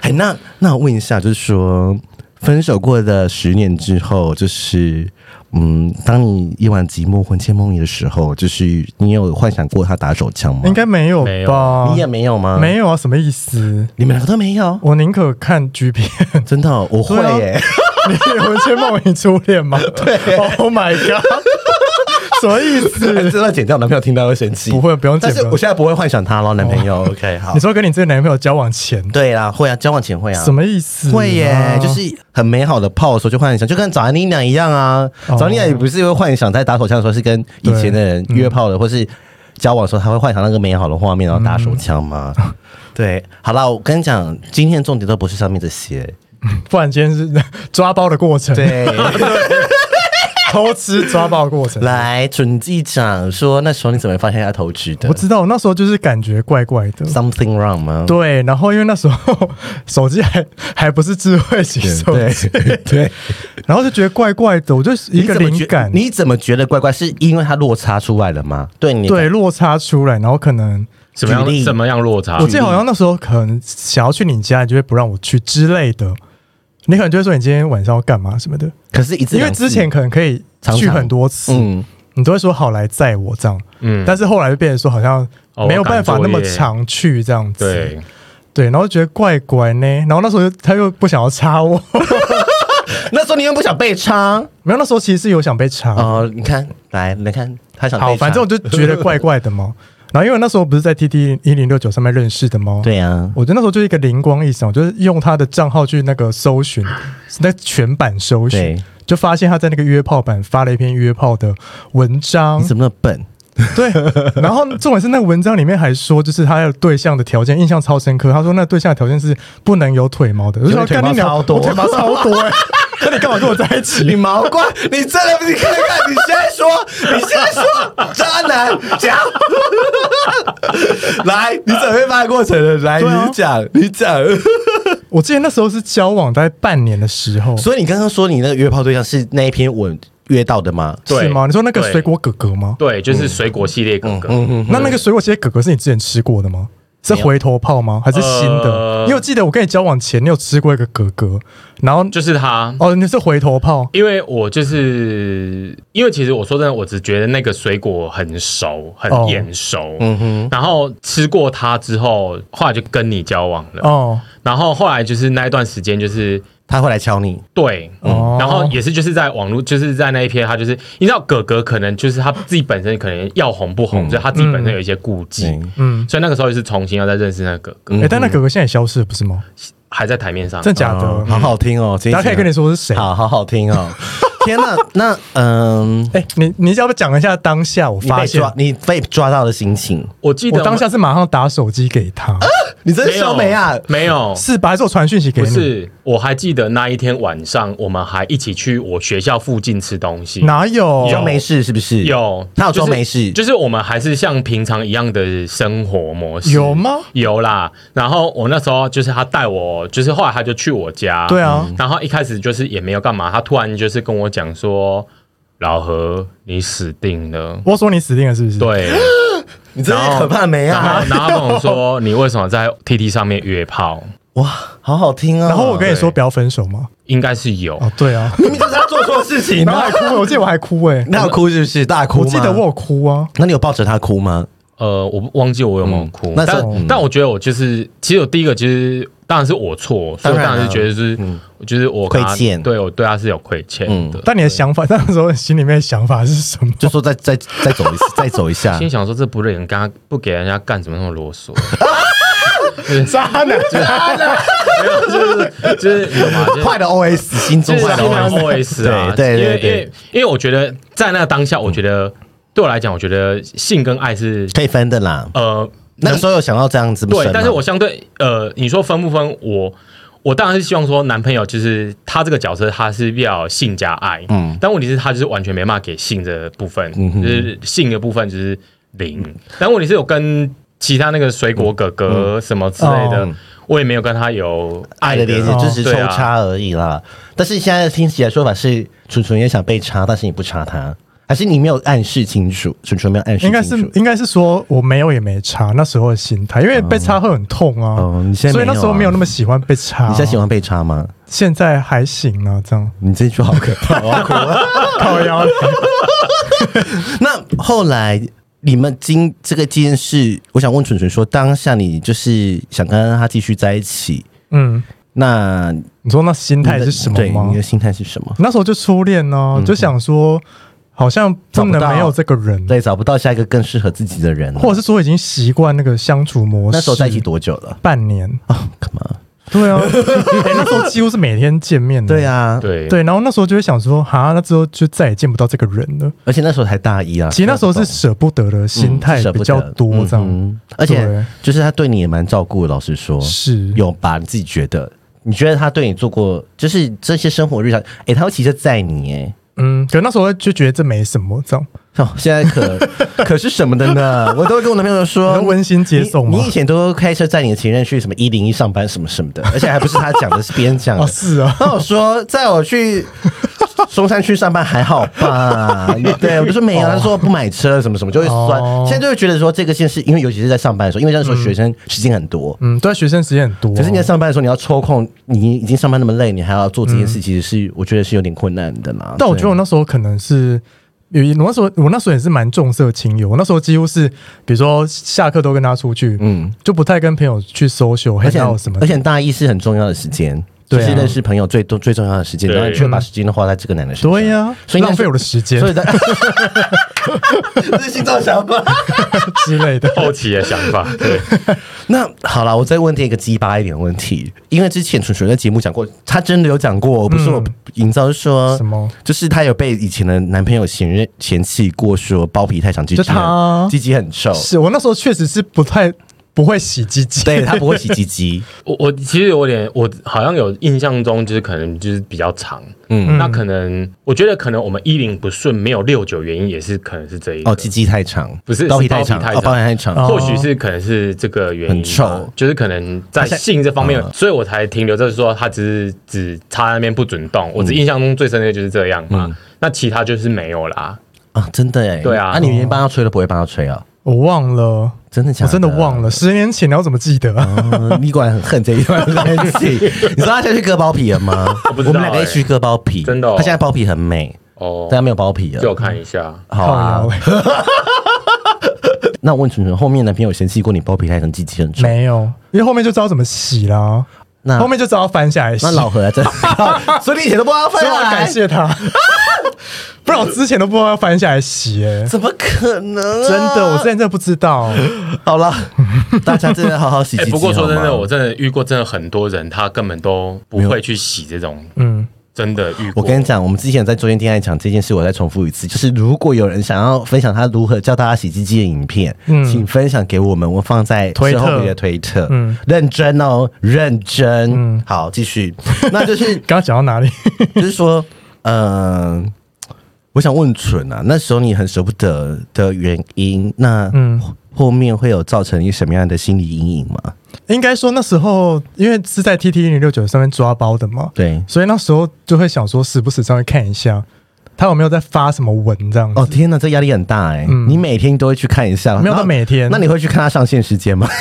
A: 哎，那那我问一下，就是说分手过的十年之后，就是嗯，当你夜晚寂寞、魂牵梦萦的时候，就是你有幻想过他打手枪吗？
B: 应该没有
C: 没
B: 吧？
A: 你也没有吗？
B: 没，有啊？什么意思？
A: 你们两个都没有，
B: 我宁可看 G 片。
A: 真的哦、我会
B: 对啊
A: 耶、
B: 你以为是梦遗初恋吗？对，Oh my god，什么意思？
A: 真的哎剪掉，男朋友听到会生气。
B: 不会不用剪
A: 但是
B: 不用
A: 我现在不会幻想他咯，男朋友。OK，好
B: 你。说跟你这个男朋友交往前，
A: 对啦，会啊，交往前会啊。
B: 什么意思啊？
A: 会耶，就是很美好的泡的时候就幻想，就跟早安妮娜一样啊。
B: 哦
A: 早安妮娜也不是会幻想在打手枪的时候是跟以前的人约炮的，或是交往的时候，他会幻想那个美好的画面，然后打手枪吗？
B: 嗯
A: 对，好啦，我跟你讲，今天的重点都不是上面这些，
B: 不然今天是 抓包的过程，
A: 对。
B: 偷吃抓包的过程。
A: 来，准机长说，那时候你怎么发现他投掷的
B: 我知道，我那时候就是感觉怪怪的。
A: ？Something wrong 吗？
B: 对，然后因为那时候手机还还不是智慧型手机，
A: 对，
B: 然后就觉得怪怪的，我就一个灵感，
A: 你怎么觉得怪怪？是因为它落差出来了吗？对你的
B: 对落差出来，然后可能
C: 什么
A: 举
C: 样
A: 例
C: 什么样落差
A: 啊
B: 我？记得好像那时候可能想要去你家，你就会不让我去之类的。你可能就会说你今天晚上要干嘛什么的，
A: 可是一次
B: 因为
A: 两次
B: 之前可能可以
A: 常常
B: 去很多次，
A: 嗯，
B: 你都会说好来载我这样，
C: 嗯，
B: 但是后来就变成说好像
C: 哦
B: 没有办法那么
C: 赶作业
B: 常去这样子，
C: 对，
B: 对，然后觉得怪怪呢，然后那时候就他又不想要插我，
A: 那时候你又不想被插。
B: 没有那时候其实是有想被插，
A: 哦，你看，来，你看，他想被
B: 嗯好，
A: 查
B: 反正我就觉得怪怪的嘛。然后因为我那时候不是在 T T 一零六九上面认识的吗？，
A: 对啊，
B: 我就那时候就一个灵光一闪，我就是用他的账号去那个 搜寻，那全版搜寻
A: 对，
B: 就发现他在那个约炮版发了一篇约炮的文章
A: 你，怎么那么笨？
B: 对。然后重点是那个文章里面还说，就是他有对象的条件，印象超深刻。他说那对象的条件是不能有腿毛的，我就说
A: 你腿
B: 干你
A: 毛
B: 娘
A: 超多
B: 我腿毛超多哎、那你干嘛跟我在一 起？
A: 你毛怪，你真的，你看看，你现在 说，你现在说，渣男讲，来，你怎么会发现过程的？来，
B: 对啊
A: 你讲，你 讲。
B: 我记得那时候是交往大概半年的时候，
A: 所以你刚刚说你那个约炮对象是那一篇文约到的吗？
C: 对
B: 是吗？你说那个
C: 对
B: 水果哥哥吗？
C: 对，
A: 嗯
C: 就是水果系列哥哥，
B: 那那个水果切哥哥是你之前吃过的吗？是
A: 没有
B: 回头炮吗？还是新的？
C: 呃
B: 因为我记得我跟你交往前，你有吃过一个哥哥，然后
C: 就是他。
B: 哦，你是回头炮，
C: 因为我就是因为其实我说真的，我只觉得那个水果很熟，很
B: 哦
C: 眼熟，然后吃过它之后，后来就跟你交往了，
B: 哦
C: 然后后来就是那一段时间就是
A: 他会来敲你，
C: 对，
B: 哦
C: 然后也是就是在网络，就是在那一篇，他就是你知道哥哥可能就是他自己本身可能要红不红，所以他自己本身有一些顾忌，
A: 嗯
B: 嗯，
C: 所以那个时候就是重新要再认识那个哥哥，
B: 哎、但那哥哥现在也消失了，不是吗？
C: 还在台面上，
B: 真假的？
A: 哦好好听哦，大
B: 嗯大家可以跟你说是谁？
A: 好好好听哦。天呐，那嗯，
B: 哎、你你要不要讲一下当下我
A: 你被
B: 发现？
A: 抓，你被抓到的心情，
C: 我记得
B: 我当下是马上打手机给他，
A: 你真
C: 没啊有
B: 啊
C: 没有，
B: 是吧？还是我传讯息给
C: 不
B: 你？
C: 是，我还记得那一天晚上，我们还一起去我学校附近吃东西。
B: 哪有？
A: 装没事是不是？
C: 有，
A: 他有
C: 就
A: 装
C: 是
A: 没事，
C: 就是我们还是像平常一样的生活模式。
B: 有吗？
C: 有啦。然后我那时候就是他带我，就是后来他就去我家。
B: 对啊
C: 嗯。然后一开始就是也没有干嘛，他突然就是跟我讲说：“老何，你死定 了。
B: 我说你死定了，是不”是？，
C: 对，啊
A: 你真
C: 然后
A: 的可怕没
C: 然
A: 啊
C: 后！然后他跟我说：“你为什么在 TT 上面约炮？”
A: 哇，好好听哦。
B: 然后我跟你说不要分手嘛，
C: 应该是有。
B: 哦，对啊，
A: 明明就是他做错事情
B: 然后还哭，我记得我还哭哎、
A: 那有哭是不是？大哭
B: 我
A: 吗
B: 记得我有哭啊，
A: 那你有抱着他哭吗？
C: 呃，我不忘记我有没有哭，
A: 嗯那时
C: 但、
A: 候嗯
C: 但我觉得我就是，其实我第一个其实当然是我错，所
A: 当
C: 以我
A: 然
C: 当然
A: 啊
C: 是觉得是，我就是我跟他
A: 亏欠
C: 对我对他是有亏欠的。
B: 但你的想法，那时候心里面的想法是什么？
A: 就说再再再走一次，再走一下
C: 心。想说这不累，你跟他不给人家干，怎么那么啰嗦？
B: 渣男，
C: 就是就是你懂吗？就是
A: 坏的 OS，心中
C: 就是
A: 坏的
C: 新郎
A: OS。
C: OS 啊，
A: 对对
C: 因为
A: 对
C: 因为因为我觉得在那个当下，我觉得对我来讲，我觉得性跟爱是
A: 可以分的啦。
C: 呃，
A: 那时候有想要这样子生
C: 对
A: 吗，
C: 但是我相对呃，你说分不分我？我当然是希望说，男朋友就是他这个角色，他是要性加爱，嗯，但问题是，他就是完全没办法给性的部分，
A: 嗯
C: 就是性的部分就是零。但问题是，有跟其他那个水果哥哥什么之类的，
B: 哦
C: 我也没有跟他有
A: 嗯爱
C: 爱
A: 的
C: 的
A: 连接
B: 哦
A: 就只是抽
C: 对啊
A: 插而已啦。但是现在听起来说法是，纯纯也想被插，但是你不插他，还是你没有暗示清楚？纯纯没有暗示清
B: 应该
A: 楚，
B: 是应该是说我没有也没差，那时候的心态，因为被插会很痛啊，
A: 嗯哦你现在没有啊
B: 所以那时候没有那么喜欢被插、啊
A: 你现在喜？欢被插吗？
B: 现在还行啊，这样
A: 你这句好可 怕，我要哭了。
B: 靠腰。啊
A: 那后来你们经这个这件事，我想问纯纯说，当下你就是想跟他继续在一起，
B: 嗯，
A: 那你
B: 你说那心态
A: 的
B: 是什么
A: 对，
B: 吗
A: 你？的心态是什么？
B: 那时候就初恋呢、就想说好像
A: 找
B: 真
A: 不
B: 的
A: 到
B: 没有这个人，
A: 对，找不到下一个更适合自己的人了，
B: 或者是说已经习惯那个相处模式。
A: 那时候在一起多久 了？
B: 半年，
A: 啊，干嘛？
B: 对 啊，哎那时候几乎是每天见面的。
A: 对啊，
C: 对
B: 对，然后那时候就会想说，哈，那之后就再也见不到这个人了。
A: 而且那时候才大一啊，
B: 其实那时候是舍不得的心态比较多，这样、
A: 嗯而且
B: 对
A: 就是他对你也蛮照顾的，老实说，
B: 是
A: 有吧？你自己觉得？你觉得他对你做过，就是这些生活日常，诶，他会骑车载你、诶。
B: 嗯，可那时候就觉得这没什么，这样
A: 哦，现在 可可是什么的呢？我都会跟我男朋友说，
B: 能 温馨接送吗
A: 你。你以前都开车载你的情人去什么一零一上班什么什么的，而且还不是他讲的，是别人讲的。
B: 哦是啊
A: 那我说载我 去松山区上班还好吧？对，我就说没有，他说不买车什么什么，就会酸。
B: 哦
A: 现在就会觉得说这个件事，因为尤其是在上班的时候，因为那时候学生时间很多。
B: 嗯，对，学生时间很多，
A: 可是你在上班的时候，你要抽空，你已经上班那么累，你还要做这件事，其实是我觉得是有点困难的啦。
B: 嗯但我觉得我那时候可能是。有我那时候，我那时候也是蛮重色轻友。我那时候几乎是，比如说下课都跟他出去，嗯，就不太跟朋友去 social、
A: 而
B: hang
A: 且
B: out 什么的
A: 而。且大一是很重要的时间，
B: 对啊
A: 就是认识朋友最多最重要的时间，
C: 对
A: 然后你却把时间都花在这个男的身上，
B: 对呀、
A: 所以
B: 浪费我
A: 的
B: 的时间
A: 所以在这是心中的想法。
B: 之 类
A: 哦
B: 的。
C: 后期的想法，对，
A: 那好了，我再问第一个鸡巴一点的问题，因为之前纯纯在节目讲过，她真的有讲过，不是我营造说
B: 什么，
A: 就是她有被以前的男朋友嫌认嫌弃过，说包皮太长，鸡鸡
B: 就她
A: 很
B: 啊
A: 鸡鸡很臭，
B: 是我那时候确实是不太不会洗鸡鸡，
A: 对她不会洗鸡 鸡，
C: 我我其实有点，我好像有印象中就是可能就是比较长，嗯，那可能我觉得可能我们一零不顺没有六九原因也是可能是这一个
A: 哦，鸡鸡太长，
C: 不是
A: 包皮
C: 是
A: 太
C: 包皮
A: 长，
C: 太
A: 哦，包皮
C: 长
A: 太长，
B: 哦
C: 或许是可能是这个原因吧，
A: 很臭嗯
C: 就是可能在性这方面，所以我才停留在说他只是只插那边不准动，
A: 嗯
C: 我只印象中最深的就是这样嘛，那其他就是没有啦，
A: 啊，真的哎，
C: 对啊
A: 那你原先帮他吹都不会帮他吹啊？
B: 我忘了，
A: 真的假
B: 我
A: 的？
B: 真的忘了，十年前你要怎么记得啊？
A: 嗯。你果然很恨这一段关系。你 知道他现在去割包皮了吗？
C: 我不知道
A: 我们两个一起去割包皮，
C: 真的哦
A: 他现在包皮很美，
C: 哦
A: 但，他没有包皮
C: 给我
A: 了。
C: 看一下，
A: 好啊
B: 靠，腰
A: 那我问纯纯，后面男朋友嫌弃过你包皮太长，鸡鸡很丑？
B: 没有，因为后面就知道怎么洗啦，
A: 那
B: 后面就知道翻下来洗。
A: 啊那 老何还啊真，所以你以前都不帮他
B: 所以
A: 翻
B: 我
A: 下
B: 要啊感
A: 来，
B: 谢他，不然我之前都不知道要翻下来洗、欸，
A: 怎么可能啊？
B: 真的，我之前真的不知 道。
A: 好了，大家真的好好洗
C: 哎、
A: 鸡鸡。
C: 不过说真的，
A: 哦好吗
C: 我真的遇过真的很多人，他根本都不会去洗这种，
B: 嗯，
C: 真的遇
A: 我
C: 过。
A: 跟你讲，我们之前在昨天恋爱讲这件事，我再重复一次，就是如果有人想要分享他如何教大家洗鸡鸡的影片，
B: 嗯
A: 请分享给我们，我放在
B: 推特
A: 之后面的推特，
B: 嗯
A: 认真哦，认真，好，继续，那就是
B: 刚刚讲到哪里？
A: 就是说，嗯、我想问蠢啊，那时候你很舍不得的原因，那
B: 嗯
A: 后面会有造成一什么样的心理阴影吗？
B: 应该说那时候因为是在 TT 一零六九上面抓包的嘛，
A: 对，
B: 所以那时候就会想说，时不时上去看一下他有没有在发什么文这样子。
A: 哦天哪，这压力很大哎、
B: 嗯
A: 你每天都会去看一下，
B: 没有
A: 那
B: 到每天
A: 那你会去看他上线时间吗？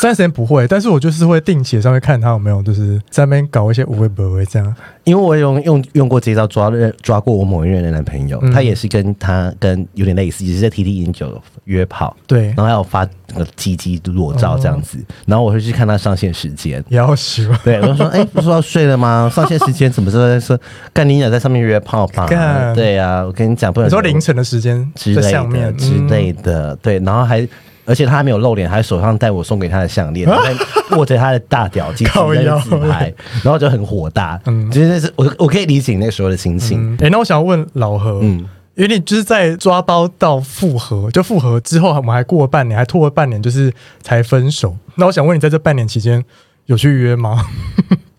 B: 三十年不会，但是我就是会定期地上面看他有没有，就是在那边搞一些无微不微这样。
A: 因为我用用用过这招抓了抓过我某一任的男朋友，
B: 嗯
A: 他也是跟他跟有点类似，也是在 T T 饮酒约炮，
B: 对
A: 然后还有发那个鸡鸡裸照这样
B: 哦
A: 子，然后我会去看他上线时间。
B: 也要洗吧。
A: 对，我就说，哎、不是说要睡了吗？上线时间怎么说？说干你俩在上面约炮吧
B: 干？
A: 对呀、我跟你讲，不能
B: 你说凌晨的时间
A: 之
B: 在
A: 类
B: 上
A: 的
B: 面嗯
A: 之类的，对，然后还。而且他还没有露脸，还手上戴我送给他的项链，然后还握着他的大屌鸡
B: 啊靠
A: 在那
B: 腰
A: 边自拍，然后就很火大。嗯，就是那是我我可以理解你那时候的心情。
B: 嗯，哎、那我想要问老何，
A: 嗯
B: 因为你就是在抓包到复合，就复合之后，我们还过了半年，还拖了半年，就是才分手。那我想问你，在这半年期间有去 约吗？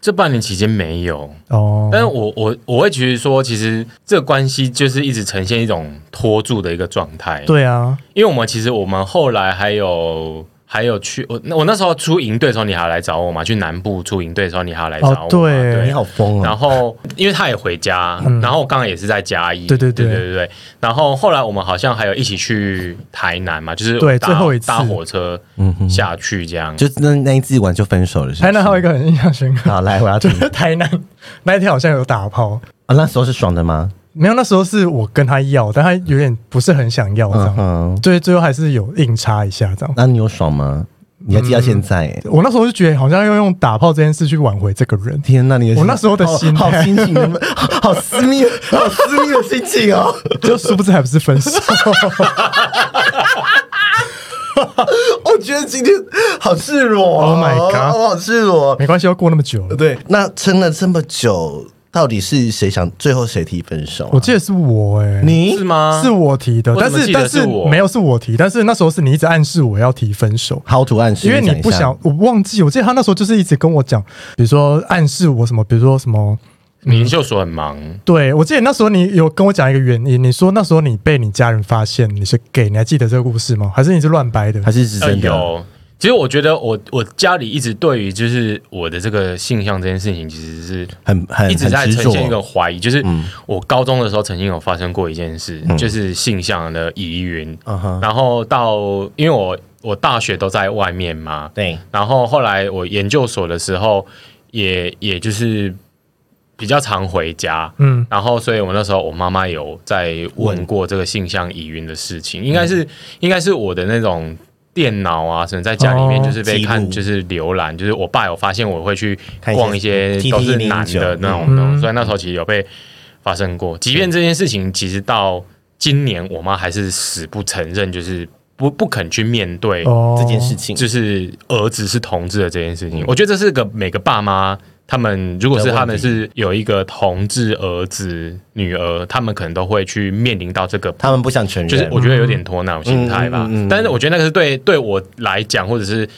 C: 这半年期间没有，
B: 哦，
C: 但是我我我会觉得说，其实这个关系就是一直呈现一种拖住的一个状 态。，
B: 对啊，
C: 因为我们其实我们后来还有还有去我那我那时候出营队的时候，你还要来找我嘛？去南部出营队的时候，你还要来找我嘛、
B: 哦对嗯
A: 你好疯
C: 然
A: 哦！
C: 后因为他也回家，然后我刚刚也是在嘉义，
B: 对对对
C: 对对对然后后来我们好像还有一起去台南嘛，就是
B: 对
C: 搭
B: 最后一次嗯
C: 搭火车下去这样。
A: 就那那一次玩就分手了。是不是
B: 台南还有一个很印象深 刻，
A: 好来，我要
B: 就
A: 听。
B: 是台
A: 嗯
B: 南那一天好像有打炮，
A: 啊，那时候是爽的吗？
B: 没有，那时候是我跟他要，但他有点不是很想要这
A: 嗯
B: 样，
A: 哼，
B: 对，最后还是有硬插一下这样。
A: 那你有爽吗？你还记得现在、欸？
B: 我那时候就觉得好像要用打炮这件事去挽回这个人，
A: 天呐，你的
B: 我那时候的
A: 好
B: 心
A: 好
B: 态
A: 心情， 好好私密，好私密的心情 哦。
B: 就殊不知还不是分手。
A: 我觉得今天好赤裸哦
B: Oh my god
A: 我好赤裸。啊
B: 没关系，要过那么久了。
A: 对，那撑了这么久，到底是谁想最后谁提分手啊、
B: 我记得是我哎、
A: 你
C: 是吗？
B: 是我提的，
C: 我
B: 但
C: 怎么
B: 是
C: 记得
B: 但是
C: 是我
B: 没有是我提，但是那时候是你一直暗示我要提分手。
A: 好图暗示，
B: 因为你
A: 讲一
B: 不
A: 下
B: 想，我忘记，我记得他那时候就是一直跟我讲，比如说暗示我什么，比如说什么，
C: 你秀所很忙，
B: 对我记得那时候你有跟我讲一个原因，你说那时候你被你家人发现你是 gay，你还记得这个故事吗？还是你是乱掰的？
A: 还是是
C: 呃
A: 真的？
C: 有。其实我觉得我我家里一直对于就是我的这个性向这件事情，其实是
A: 很很
C: 一直在
A: 很执
C: 呈现一个
A: 着，嗯
C: 怀疑。就是我高中的时候曾经有发生过一件事，就是性向的疑云。
A: 嗯哼
C: 然后到因为我我大学都在外面嘛，
A: 对，
C: 然后后来我研究所的时候也也就是比较常回家，
B: 嗯，
C: 然后所以我那时候我妈妈有在问过这个性向疑云的事情，应该
B: 嗯
C: 是、应该是我的那种。电脑啊，什么在家里面
B: 哦
C: 就是被
A: 记
C: 看，
A: 录
C: 就是浏览，就是我爸有发现我会去
A: 看一些
C: 逛一些
A: TT
C: 都是男的那种东
B: 嗯
C: 西，所以那时候其实有被发生过。即便这件事情其实到今年，我妈还是死不承认，就是不不肯去面对
B: 哦
A: 这件事情
C: 就是儿子是同志的这件
A: 嗯
C: 事情，我觉得这是个每个爸妈他们如果是他们是有一个同志儿子女儿，他们可能都会去面临到这个。
A: 他们不想承认，
C: 就是我觉得有点鸵鸟心态吧，
A: 嗯嗯嗯嗯
C: 但是我觉得那个是对对我来讲，或者是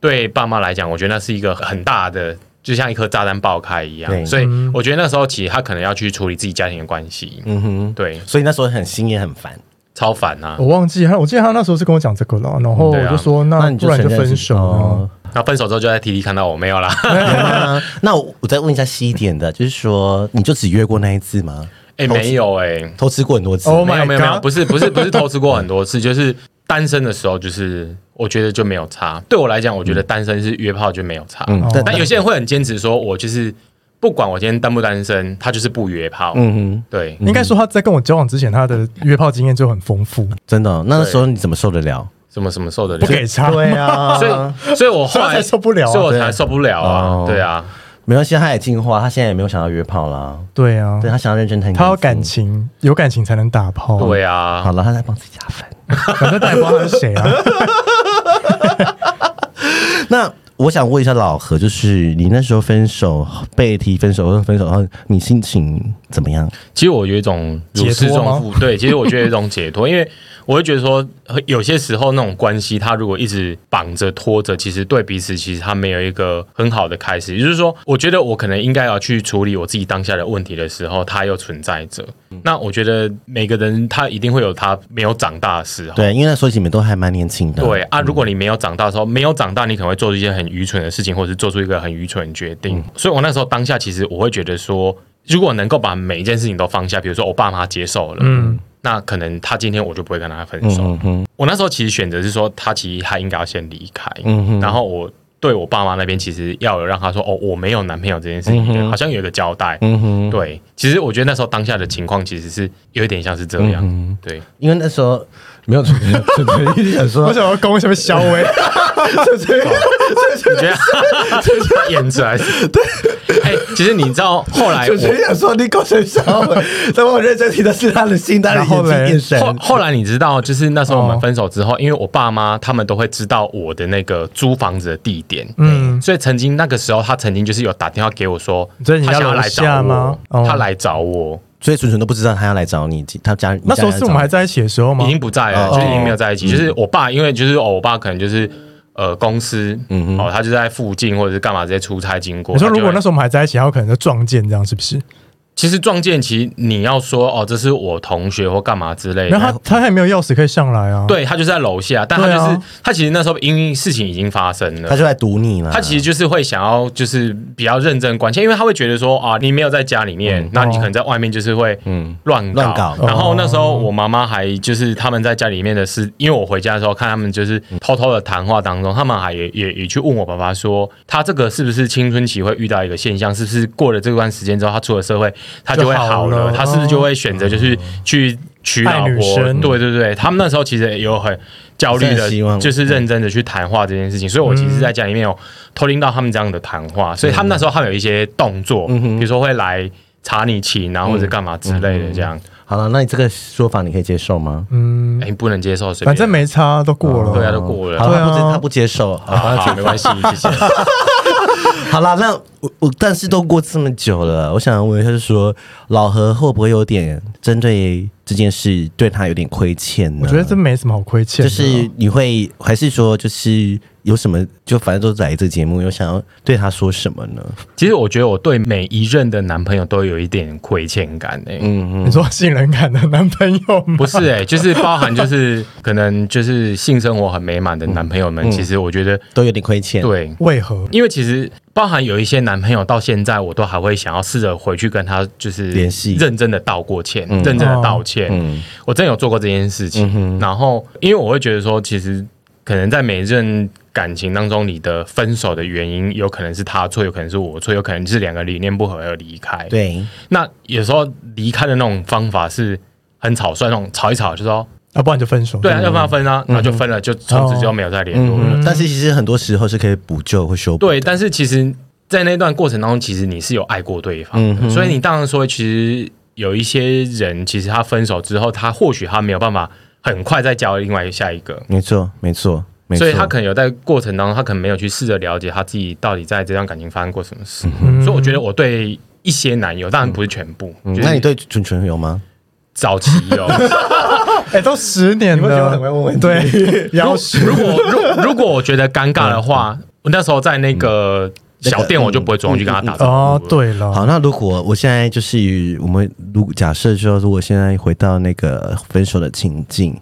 C: 对爸妈来讲，我觉得那是一个很大的，就像一颗炸弹爆开一
A: 对
C: 样。所以我觉得那时候起他可能要去处理自己家庭的关系，
A: 嗯哼，
C: 对，
A: 所以那时候很心也很烦，
C: 超烦啊
B: 我。忘记他，我记得他那时候是跟我讲这个了，然后
C: 嗯对
B: 我
C: 啊
B: 就说那
A: 那你
B: 不然
A: 承
B: 就
A: 认哦
B: 分
A: 是
B: 手啊。。
C: 那分手之后就在 T T 看到我没有啦，
A: 哦那我我再问一下细一点的，就是说你就只约过那一次吗？
C: 哎、没有哎、
A: 偷吃过很多次
B: Oh
C: 没
B: my
C: 有没有没
B: God
C: 有，不是不是不是偷吃过很多次， 就是单身的时候，就是我觉得就没有差。对我来讲，我觉得单身是约炮就没有差。
A: 嗯
B: 哦，
C: 但有些人会很坚持说，我就是不管我今天单不单身，他就是不约炮。
A: 嗯哼，
C: 对，
B: 应该说他在跟我交往之前，他的约炮经验就很丰富，
A: 真的哦、那时候你怎么受得了？
C: 什么什么受得
B: 不
C: 了？
B: 给差。
A: 啊
C: 所以所以我后
B: 所以
C: 来
B: 才 受不了啊
C: 所以我才受不了
A: 哦
C: 啊。对啊，
A: 没关系，他也进化，他现在也没有想要约炮啦。
B: 对啊，
A: 对他想要认真谈，
B: 他要感。情，有感情才能打炮。
C: 对
A: 好
B: 哦
C: 啊，
A: 了，他在帮自己加分。
B: 反正大家也不知道他是谁啊。
A: 那我想问一下老何，就是你那时候分手被提分手，或者分手后，你心情怎么样？
C: 其实我有一种如释重负。对，其实我觉得有一种解脱，因为我会觉得说，有些时候那种关系，它如果一直绑着拖着，其实对彼此其实它没有一个很好的开始。也就是说，我觉得我可能应该要去处理我自己当下的问题的时候，它又存在着。那我觉得每个人他一定会有他没有长大的时候。
A: 对，因为那时候你们都还蛮年轻的。
C: 对，啊，如果你没有长大的时候，没有长大，你可能会做出一些很愚蠢的事情，或者是做出一个很愚蠢的决定。所以我那时候当下，其实我会觉得说，如果能够把每一件事情都放下，比如说我爸妈接受了，
B: 嗯，
C: 那可能他今天我就不会跟他分手。
A: 嗯
C: 我那时候其实选择是说，他其实他应该要先离开，然后我。对我爸妈那边，其实要有让他说哦，我没有男朋友这件事情，对好像有一个交代。
A: 嗯
C: 对，其实我觉得那时候当下的情况其实是有一点像是这样。对，
A: 因为那时候没有准备，准备一直想说
B: 我，想要攻什么小伟？
C: 你觉得他 演出来是？对，哎，其实你知道后来
A: 准
C: 哎我
A: 备想说你够成熟了，但我认真听的是他的心，他的
B: 然后
A: 眼睛
B: 嘞
A: 眼神。
C: 后后来你知道，就是那时候我
B: 哦
C: 们分手之后，因为我爸妈他们都会知道我的那个租房子的地点，
B: 嗯
C: 嗯，所以曾经那个时候，他曾经就是有打电话给我说，
B: 所以你
C: 他
B: 要
C: 想要
B: 楼
C: 来
B: 下
C: 找
B: 吗
C: 我，
B: 哦
C: 他来找我，
A: 所以纯纯都不知道他要来找你，他家你家
B: 那时候是我们还在一起的时候吗
C: 已？经不在了，
A: 哦
C: 就是已经没有
B: 嗯
C: 在一起。就是我爸，因为就是哦，我爸可能就是呃公司，嗯哦，他就在附近或者是干嘛直接出差经过。
B: 你说
C: 他就
B: 如果
C: 会
B: 那时候我们还在一起，然后可能就撞见这样，是不是？
C: 其实撞见，其实你要说哦，这是我同学或干嘛之类
B: 然
C: 的。
B: 后他他还没有钥匙可以上来啊。，
C: 对他就是在楼下，但他就
B: 对啊
C: 是、他其实那时候因为事情已经发生了
A: 他，就来堵你了。
C: 他其实就是会想要就是比较认真关切，因为他会觉得说啊，你没有在家里面，那、你可能在外面就是会嗯乱
A: 乱搞
C: 然后那时候我妈妈还就是他们在家里面的事，因为我回家的时候看他们就是偷偷的谈话当中，他们还也也也去问我爸爸说，他这个是不是青春期会遇到一个现象，是不是过了这段时间之后，他出了社会他就会
B: 就好
C: 好了，
B: 了
C: 他是不是就会选择就是去。娶
B: 爱
C: 老
B: 女
C: 婆，
B: 生
C: 对对对，他们那时候其实也有很焦虑
A: 是
C: 的
A: 很希望，嗯
C: 就是认真的去谈话这件事情。所以我其实在家里面有偷听到他们这样的谈话，所以他们那时候他们有一些动作，
A: 嗯
C: 比如说会来查你情啊，或者干嘛之类的这样。
A: 好了，那你这个说法你可以接受吗？
B: 嗯，
C: 哎，不能接受，随便
B: 反正没差，都过了。
C: 对啊，都过
A: 好了，
B: 对啊
C: 了。
A: 他不接他不接受。好
C: 好好，没关系，谢谢。
A: 好啦，那我我但是都过这么久了，我想问一下，就是说老何会不会有点针对这件事对他有点亏欠呢？
B: 我觉得这没什么好亏欠
A: 就
B: 的。啊
A: 是啊你会还是说就是有什么就反正都来这节目，有想要对他说什么呢？
C: 其实我觉得我对每一任的男朋友都有一点亏欠感诶、
A: 嗯
B: 你说信任感的男朋友吗？
C: 不是 哎、就是包含就是可能就是性生活很美满的男朋友
A: 嗯
C: 们，其实我觉得
A: 都有点亏欠。，
C: 对，
B: 为何？
C: 因为其实包含有一些男朋友到现在，我都还会想要试着回去跟他就是
A: 联系
C: 认真的道过歉，认真的道歉。
A: 嗯
C: 我真的有做过这件事情，然后因为我会觉得说，其实可能在每一任感情当中，你的分手的原因有可能是他错，有可能是我错，有可能是两个理念不合而离
B: 哎
C: 开。，
A: 对，
C: 那有时候离开的那种方法是很草率，那种吵一吵就说
B: 要不然就分手。
A: 嗯
C: 对啊，要不要分啊，然后就分了，就从
A: 哦
C: 此就没有再联络了。
B: 嗯
A: 但是其实很多时候是可以补救或修补。
C: 对，但是其实，在那段过程当中，其实你是有爱过对方
A: 嗯
C: 的，所以你当然说，其实有一些人，其实他分手之后，他或许他没有办法很快再交另外下一个，
A: 没错，没错，没错。
C: 所以他可能有在过程当中，他可能没有去试着了解他自己到底在这段感情发生过什么
A: 嗯
C: 事。所以我觉得我对一些男友，当然不是全部，
A: 嗯
C: 就
A: 那你
C: 是
A: 对纯纯有吗？
C: 早期 有。
B: 哎，都十年
A: 你会觉得我
B: 了，
A: 很会问问题
B: 对，然后十
C: 如果如如果我觉得尴尬的话，
A: 嗯
C: 我那时候在那个小店，我就不会主动去跟他打招呼。
B: 哦，对了，
A: 好，那如果我现在就是我们如假设说，如果现在回到那个分手的情境，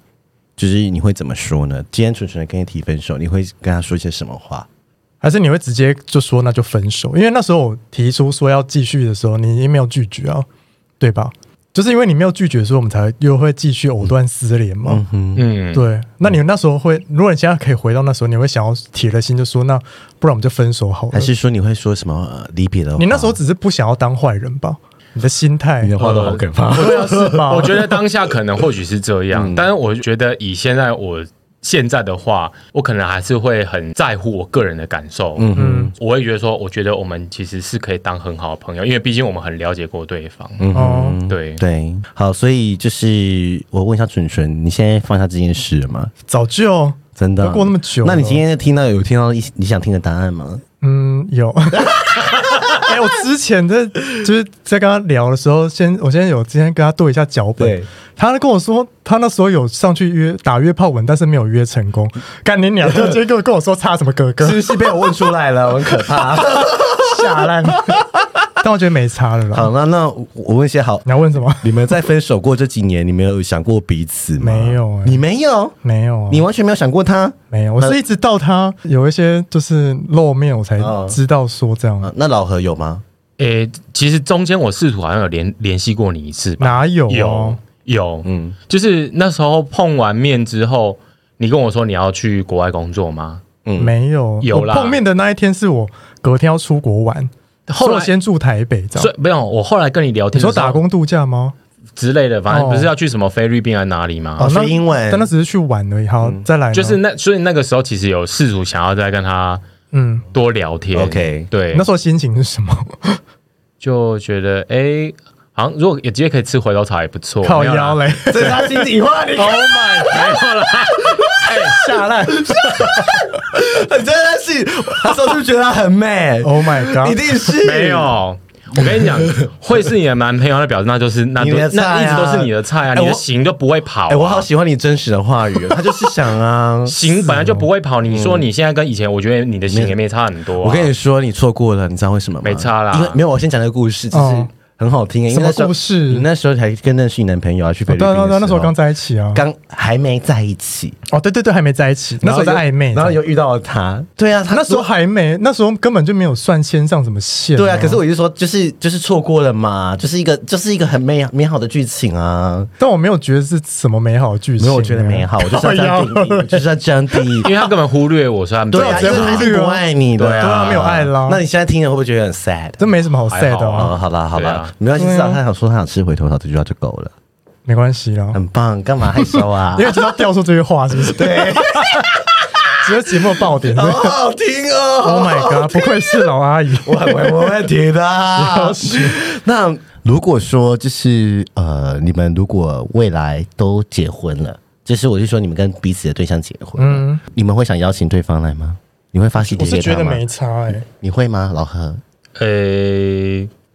A: 就是你会怎么说呢？今天纯纯跟你提分手，你会跟他说些什么话？
B: 还是你会直接就说那就分手？因为那时候我提出说要继续的时候，你也没有拒绝啊，对吧？就是因为你没有拒绝，所以我们才又会继续藕断丝连嘛。
C: 嗯，
B: 对，那你那时候会，如果你现在可以回到那时候，你会想要铁了心就说，那不然我们就分手好了。
A: 还是说你会说什么呃离别的话？
B: 呃你那时候只是不想要当坏人吧？你的心态，
D: 话都好可怕。
B: 对啊，是 吧？
C: 我觉得当下可能或许是这样，
B: 嗯
C: 但是我觉得以现在我现在的话，我可能还是会很在乎我个人的感受。嗯
B: 嗯
C: 嗯，我会觉得说，我觉得我们其实是可以当很好的朋友，因为毕竟我们很了解过对方。嗯，
B: 哦，
C: 对。
A: 对，好，所以就是我问一下纯纯，你现在放下这件事了吗？
B: 早哦就
A: 真的
B: 都过那么久了
A: 那你今天听到有听到一你想听的答案吗？
B: 嗯有。 哎、我之前在就是在跟他聊的时候，先我先有今天跟他对一下脚本
A: 对，
B: 他跟我说他那时候有上去约打约炮文，但是没有约成功。干你娘！就直接跟我跟我说差什么哥哥
A: 不是被我问出来了？我很可 怕。
B: 下烂，但我觉得没差了啦。
A: 好，那那我我问一些好，
B: 你要问什么？
A: 你们在分手过这几年，你们有想过彼此吗？
B: 没有欸
A: 你没有，哎哦
B: 没有啊，
A: 你完全没有想过他。
B: 没有，我是一直到他有一些就是露面，我才
A: 哦
B: 知道说这样。
A: 啊那老何有吗？
C: 诶、其实中间我试图好像有联联系过你一次吧？
B: 哪有啊
C: 有，有，嗯，就是那时候碰完面之后，你跟我说你要去国外工作吗？
A: 嗯
B: 没有，
C: 有
B: 我
C: 啦
B: 碰面的那一天是我隔天要出国玩，所
C: 后
B: 以
C: 来
B: 我先住台北，这
C: 所
B: 样。
C: 以没有，我后来跟你聊
B: 你
C: 天的时候，
B: 说打工度假吗？
C: 之类的，反正
B: 哦
C: 不是要去什么菲律宾还是哪里吗？
A: 哦，
B: 那
A: 是英文，
B: 但那只是去玩而已。好，
A: 嗯
B: 再来呢，
C: 就是那，所以那个时候其实有试图想要再跟他
B: 嗯，
C: 多聊天。
A: OK
C: 对，
B: 那时候心情是什么？
C: 就觉得哎、诶好像如果有机会可以吃回头草也不错。
B: 靠
C: 没有啦
B: 腰嘞，
A: 这是他心里话，你
C: ，Oh my，没有啦，
B: 下 烂。
A: 真的是，他是不是觉得他很美？
B: Oh my
A: 一
B: god！
A: 定是
C: 没有。我跟你讲，会是你的男朋友，那表示那就是那
A: 你
C: 就
A: 的菜啊
C: 那一直都是你的菜啊，
A: 哎
C: 你的
A: 我
C: 型就不会跑、啊。
A: 哎、我好喜欢你真实的话语，他就是想啊。
C: 型本来就不会跑，你说你现在跟以前，我觉得你的型也没差很多啊、
A: 嗯我跟你说，你错过了，你知道为什么吗？
C: 没差啦
A: 因为没有，我先讲个故事，就是
B: 哦
A: 很好听。因为那时候
B: 什么故事
A: 你那时候才跟认识你男朋友啊，去菲律
B: 对
A: 宾的
B: 对
A: 时候。
B: 对，那时候刚在一起啊。
A: 刚还没在一起，
B: 哦，对对对，还没在一起，那时候在暧昧。
A: 然后又遇到了他。对啊，他
B: 那时候
A: 还。
B: 还没，那时候根本就没有算牵上什么线啊。
A: 对啊，可是我就说，就是就是错过了嘛，就是一个就是一个很美美好的剧情啊，
B: 但我没有觉得是什么美好的剧情啊。
A: 没有我觉得美好，我就是要这样 定义，我就是要这样定义
C: 因。为他根本忽略我，所以他没
A: 对啊，
B: 直
A: 因
B: 接
A: 为
B: 忽
A: 他已
B: 略
A: 经
B: 啊
A: 不爱你了，
C: 对啊
B: 他没有爱啦
A: 那你现在听了会不会觉得很 sad？
B: 这没什么好 sad 的
C: 还好
B: 啊，
A: 哦，好啦好
C: 对
A: 啦
C: 啊，
A: 没关系，
B: 对啊
A: 至少他想说他想吃回头草，这句话就够了，
B: 没关系啦。
A: 很棒，干嘛害羞 啊
B: 因？为知道掉出这些话，是不是？ 对，只有节目爆点。
A: 好好听
B: Oh
A: 哦，
B: my god！不愧是老阿姨。
A: 我我我会听的啊。那如果说就是呃，你们如果未来都结婚了，就是我是说你们跟彼此的对象结婚，嗯，你们会想邀请对方来吗？你会发喜
B: 我
A: 帖
B: 是
A: 给
B: 觉
A: 他
B: 得
A: 吗？
B: 没差哎、
A: 你会吗，老何？
C: 呃、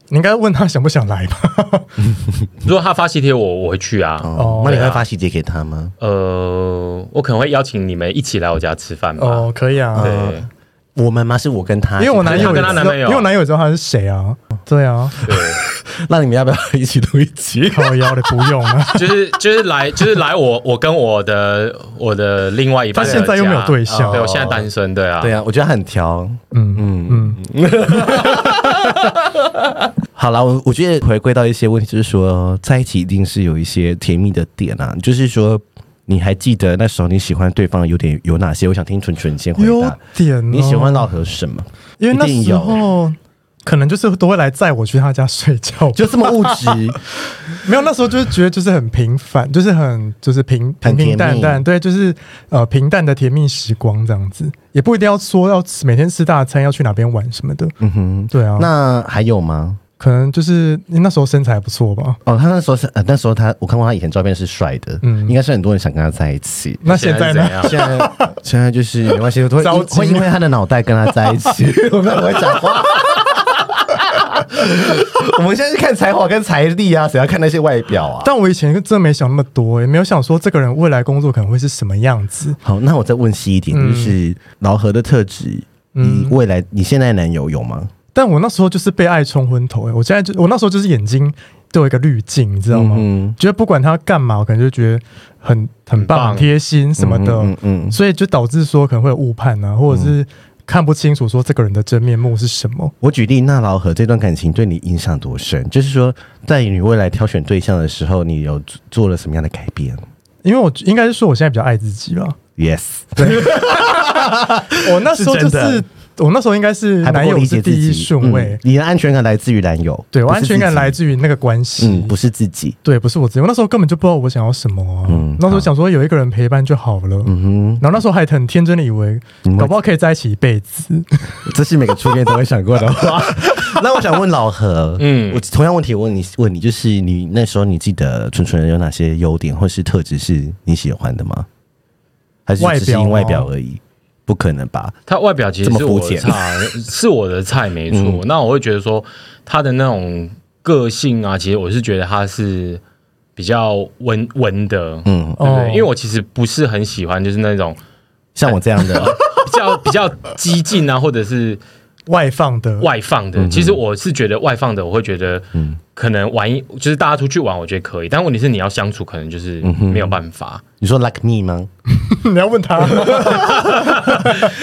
B: 你应该问他想不想来吧。
C: 如果他发喜帖我，我会去啊。
A: 哦，那你
C: 对
A: 会
C: 啊
A: 发喜帖给他吗？
C: 呃，我可能会邀请你们一起来我家吃饭 吧。
B: 哦，可以啊，
C: 对
A: 我们吗？是我跟他，
B: 因为我男友
C: 他
B: 也
A: 啊
C: 跟他
B: 知
C: 男
B: 道，
C: 朋友
B: 因为我男友也知道他是谁啊。对啊，
C: 对，
A: 那你们要不要一起录一 集？
B: 靠腰的不 用啊。
C: 就是就是来就是来我我跟我的我的另外一半
B: 他
C: 的
B: 现在又没有对象
A: 啊
C: 家对我现在单身，对啊，
A: 对啊，我觉得他很挑。
B: 嗯嗯
A: 好了，我我觉得回归到一些问题，就是说在一起一定是有一些甜蜜的点啊，就是说你还记得那时候你喜欢对方有点有哪些？我想听纯纯先回
B: 嗯，优
A: 答。
B: 点、哦、
A: 你喜欢，老何什么？
B: 因为那
A: 一定
B: 时
A: 有
B: 候。可能就是都会来载我去他家睡觉，
A: 就这么物质，
B: 没有那时候就是觉得就是很平凡，就是很就是平
A: 很
B: 平
A: 甜蜜
B: 平淡淡，对，就是呃平淡的甜蜜时光这样子，也不一定要说要吃每天吃大餐，要去哪边玩什么的，
A: 嗯哼。
B: 对啊，
A: 那还有吗？
B: 可能就是你那时候身材还不错吧，
A: 哦，他那时候是呃，那时候他我看过他以前照片是帅的，嗯，
B: 嗯
A: 应该是很多人想跟他在一起。
B: 那现在
C: 是
B: 呢
C: 怎？样？
A: 现在现在就是没关系，会
B: 糟
A: 会因为他的脑袋跟他在一起，我们会讲话。我们现在是看才华跟财力啊，谁要看那些外表啊？
B: 但我以前真没想那么多、也没有想说这个人未来工作可能会是什么样子。
A: 好，那我再问细一
B: 嗯
A: 点，就是老何的特质，你未来你现在男友有吗？
B: 但我那时候就是被爱冲昏头、欸，我现在就我那时候就是眼睛都有一个滤镜，你知道吗？
A: 嗯
B: 觉得不管他干嘛，我可能就觉得很很
C: 很棒
B: 棒、很贴心什么的，
A: 嗯嗯嗯
B: 所以就导致说可能会有误判啊，或者是看不清楚说这个人的真面目是什么。
A: 我举例，那老何这段感情对你影响多深？就是说，在你未来挑选对象的时候，你有做做了什么样的改变
B: 因为我应该是说我现在比较爱自己 吧，
A: ？Yes，
B: 我那时候就是
A: 是真的
B: 我那时候应该是
A: 还不
B: 男
A: 够
B: 友
A: 理
B: 是
A: 解自
B: 第一
A: 己。
B: 顺位，
A: 嗯你的安全感来自于男友，
B: 对我
A: 不是
B: 安全
A: 自
B: 感
A: 己
B: 来自于那个关系，
A: 嗯，不是自己。
B: 对，不是我自己，我那时候根本就不知道我想要什么啊。
A: 嗯
B: 那时候想说有一个人陪伴就好了。
A: 嗯
B: 然后那时候还很天真的以为
A: 嗯，
B: 搞不好可以在一起一辈子。
A: 哼，这是每个初恋都会想过的话。 那我想问老何，嗯，
C: 嗯
A: 我同样问题我问你，问你就是你那时候你记得纯纯有哪些优点或是特质是你喜欢的吗？还是只是因外
B: 外
A: 表
B: 表吗
A: 而已？不可能吧？
C: 他外表其实
A: 这么
C: 是
A: 肤
C: 我的
A: 浅嗯
C: 菜， 是我的菜没错。那我会觉得说他的那种个性啊，其实我是觉得他是比较温温的，
A: 嗯，
C: 对不对？
B: 哦
C: 因为我其实不是很喜欢就是那种
A: 像我这样 的，
C: 比较 比较激进啊，或者是
B: 外放的，
A: 嗯
C: 外放的。其实我是觉得外放的，我会觉得可能玩一，就是大家出去玩，我觉得可以，但问题是你要相处，可能就是
A: 嗯
C: 没有办法。
A: 你说 like me 吗？
B: 你要问他，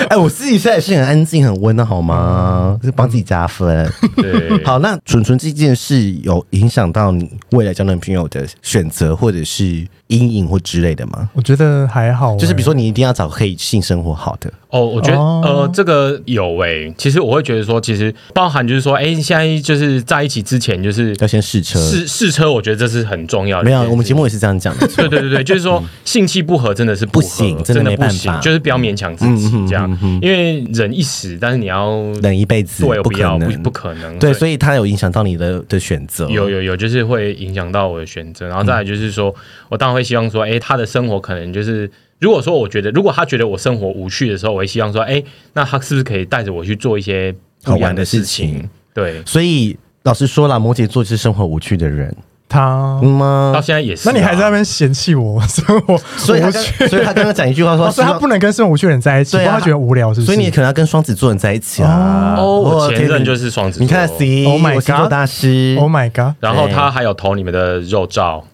A: 哎、我私底下也是很安静、很温的，好吗？是帮自己加分。
C: 对，
A: 嗯 好，那纯纯这件事有影响到你未来交男朋友的选择，或者是阴影或之类的吗？
B: 我觉得还好欸、
A: 就是比如说，你一定要找可以性生活好的，
C: 哦，我觉得、
B: 哦
C: 呃，这个有诶、其实我会觉得说，其实包含就是说，哎、现在就是在一起之前，就是
A: 要先试车。
C: 试啊试车，我觉得这是很重要的一
A: 没
C: 件
A: 有，
C: 事情。
A: 我们节目也是这样 讲的。
C: 对对 对对，就是说性气不合真的是合
A: 不行真
C: 真
A: 的没
C: 不
A: 办
C: 行
A: 法，嗯
C: 就是不要勉强自己这样，因为忍一时，但是你要
A: 等一辈子
C: 对，
A: 不
C: 不
A: 可
C: 要
A: 能，
C: 不不可能，
A: 对，所以它有影响到你的的选
B: 嗯
A: 择。
C: 有有有，就是会影响到我的选择。然后再来就是说，我当然会希望说，哎、他的生活可能就是，如果说我觉得，如果他觉得我生活无趣的时候，我会希望说，哎、那他是不是可以带着我去做一些不
A: 好
C: 一样
A: 玩的
C: 事
A: 事情？
C: 对，
A: 所以老实说啦，摩羯座是生活无趣的人
B: 他，
A: 嗯吗
C: 到？现在也是、啊
B: 那你还在那？边嫌弃我， 所以我
A: 所以他
B: 我
A: 刚
B: 去，
A: 所以他刚刚讲一句话 说，
B: 哦所以他不能跟生活无趣的人在一起，
A: 对啊
B: 不然他觉得无聊，是不是？
A: 所以你可能要跟双子座人在一起啊。
C: 哦，我前任就是是双子座，
A: 你看 C，
B: Oh my
A: 我星座
B: God
A: 大师
B: Oh my god！
C: 然后他还有投你们的肉照，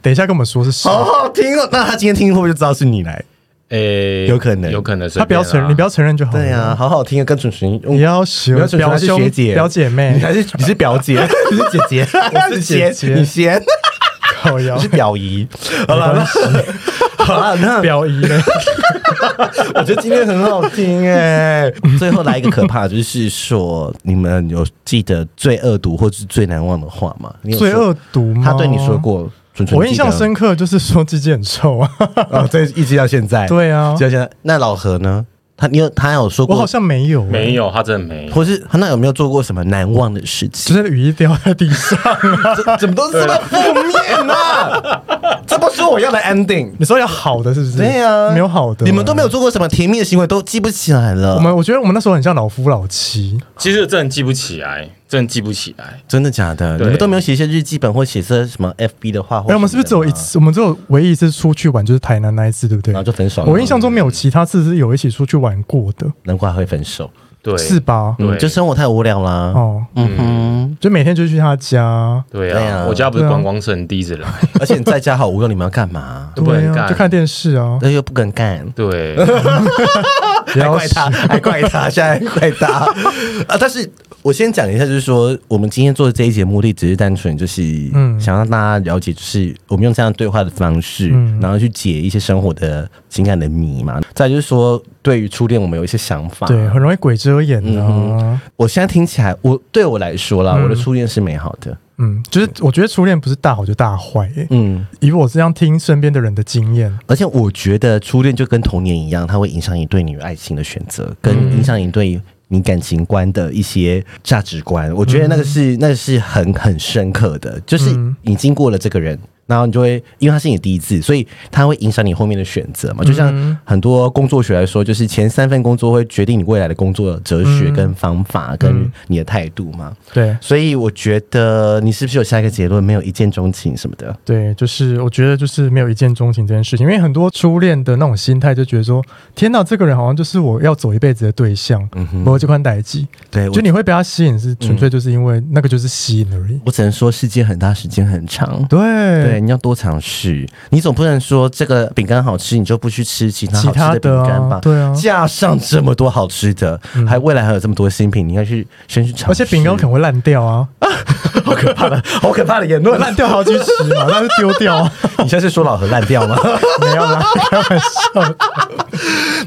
B: 等一下跟我们说是谁？啊
A: 好好听啊哦。那他今天听会不会就知道是你
B: 嗯
A: 来？
C: 诶、
A: 有可能
C: 有可能，啊
B: 他不要承认，你不
C: 要。
B: 要承认就好了。
A: 啊对啊，好好听哦，跟准纯
B: 你
A: 用。
B: 要学
A: 不要承认
B: 表兄、
A: 她是学姐
B: 表姐
A: 你
B: 妹，
A: 还是你是表姐， 你是姐姐，
B: 我是姐姐
A: 你先，
B: 靠腰
A: 你是表姨。好了，那 好了，那
B: 表姨的。
A: 我觉得今天很好听哎、最后来一个可怕，就是说你们有记得最恶毒或是最难忘的话吗？你有说
B: 最恶毒吗？
A: 他对你说，过，纯纯
B: 我印象深刻就是说鸡鸡很臭 啊。
A: 啊，这、一直到现在，
B: 对啊
A: 一直到现在。那老何呢？他你有他有说
B: 我
A: 过，
B: 好像没有欸、
C: 没有，他真的没有。
A: 或是他那有没有做过什么难忘的事
B: 就
A: 情？
B: 是雨衣掉在地上啊。
A: 这怎么都是这么负面啊？ 这不是我要的 ending。
B: 你说要好的是不是？
A: 对啊，
B: 没有好的，
A: 你们都没有。做过什么甜蜜的行为，都记不起来了。
B: 我们我觉得我们那时候很像老夫老妻，
C: 其实真的记不起来，真的记不起来。
A: 真的假的？
C: 对
A: 你们都没有写一些日记本或写些什么 FB 的话？
B: 哎、我们是不是只有一？次？我们只有唯一一次出去玩就是台南那一次，对不对
A: 然后？就分手了。
B: 我印象中没有其他次是有一起出去玩过的，
A: 难怪会分手，
C: 对，
B: 是吧？
C: 对
A: 嗯，就生活太无聊啦。
B: 哦，
A: 嗯哼，
B: 就每天就去他家，
C: 对
A: 对啊
C: 啊，我家不是
B: 对啊
C: 观光胜地一直来，
A: 而且你在家好无聊，你们要干嘛？哎
C: 都不
B: 对
C: 能
B: 啊，
C: 干，
B: 就看电视 啊，
A: 那又不敢 干，
C: 对，
B: 不
A: 还
B: 要
A: 怪他，还怪他，现在还怪他 啊！但是我先讲一下，就是说我们今天做这一节目的只是单纯就是，
B: 嗯
A: 想让大家了解，就是我们用这样对话的方式，
B: 嗯
A: 然后去解一些生活的情感的谜嘛。再就是说，对于初恋，我们有一些想法，
B: 对，很容易鬼遮眼啊。
A: 我现在听起来，我对我来说啦，我的初恋是美好的。
B: 嗯就是我觉得初恋不是大好就大坏、欸，
A: 嗯，
B: 以我这样听身边的人的经验，
A: 而且我觉得初恋就跟童年一样，它会影响你对你爱情的选择，跟影响你对你感情观的一些价值观。我觉得那个是、那个是很很深刻的，就是你经过了这个人。然后你就会，因为他是你第一次，所以他会影响你后面的选择嘛。
B: 嗯
A: 哦就像很多工作学来说，就是前三份工作会决定你未来的工作哲学、跟方法、跟你的态度嘛。
B: 对
A: 所以我觉得你是不是有下一个结论？没有一见钟情什么的？
B: 对，就是我觉得就是没有一见钟情这件事情，因为很多初恋的那种心态就觉得说，天哪，这个人好像就是我要走一辈子的对象，我这款代际，
A: 嗯对，
B: 就
A: 就你，
B: 你会被他吸引，是纯粹就是因为那个就是吸引而已。
A: 我只能说世界很大，时间很长。对，
B: 对，
A: 你要多尝试。你总不能说这个饼干好吃，你就不去吃其他
B: 其
A: 好
B: 他
A: 吃的
B: 的
A: 饼干
B: 啊
A: 吧，？
B: 对啊，嗯
A: 架上这么多好吃的，还未来还有这么多新品，你应该去先去尝试。
B: 而且饼干可能会烂掉啊，
A: 好可怕的，好可怕的言论！
B: 烂掉好几尺嘛，那就丢掉啊，
A: 你现在是说老何烂掉吗？
B: 没有 啦，开玩笑。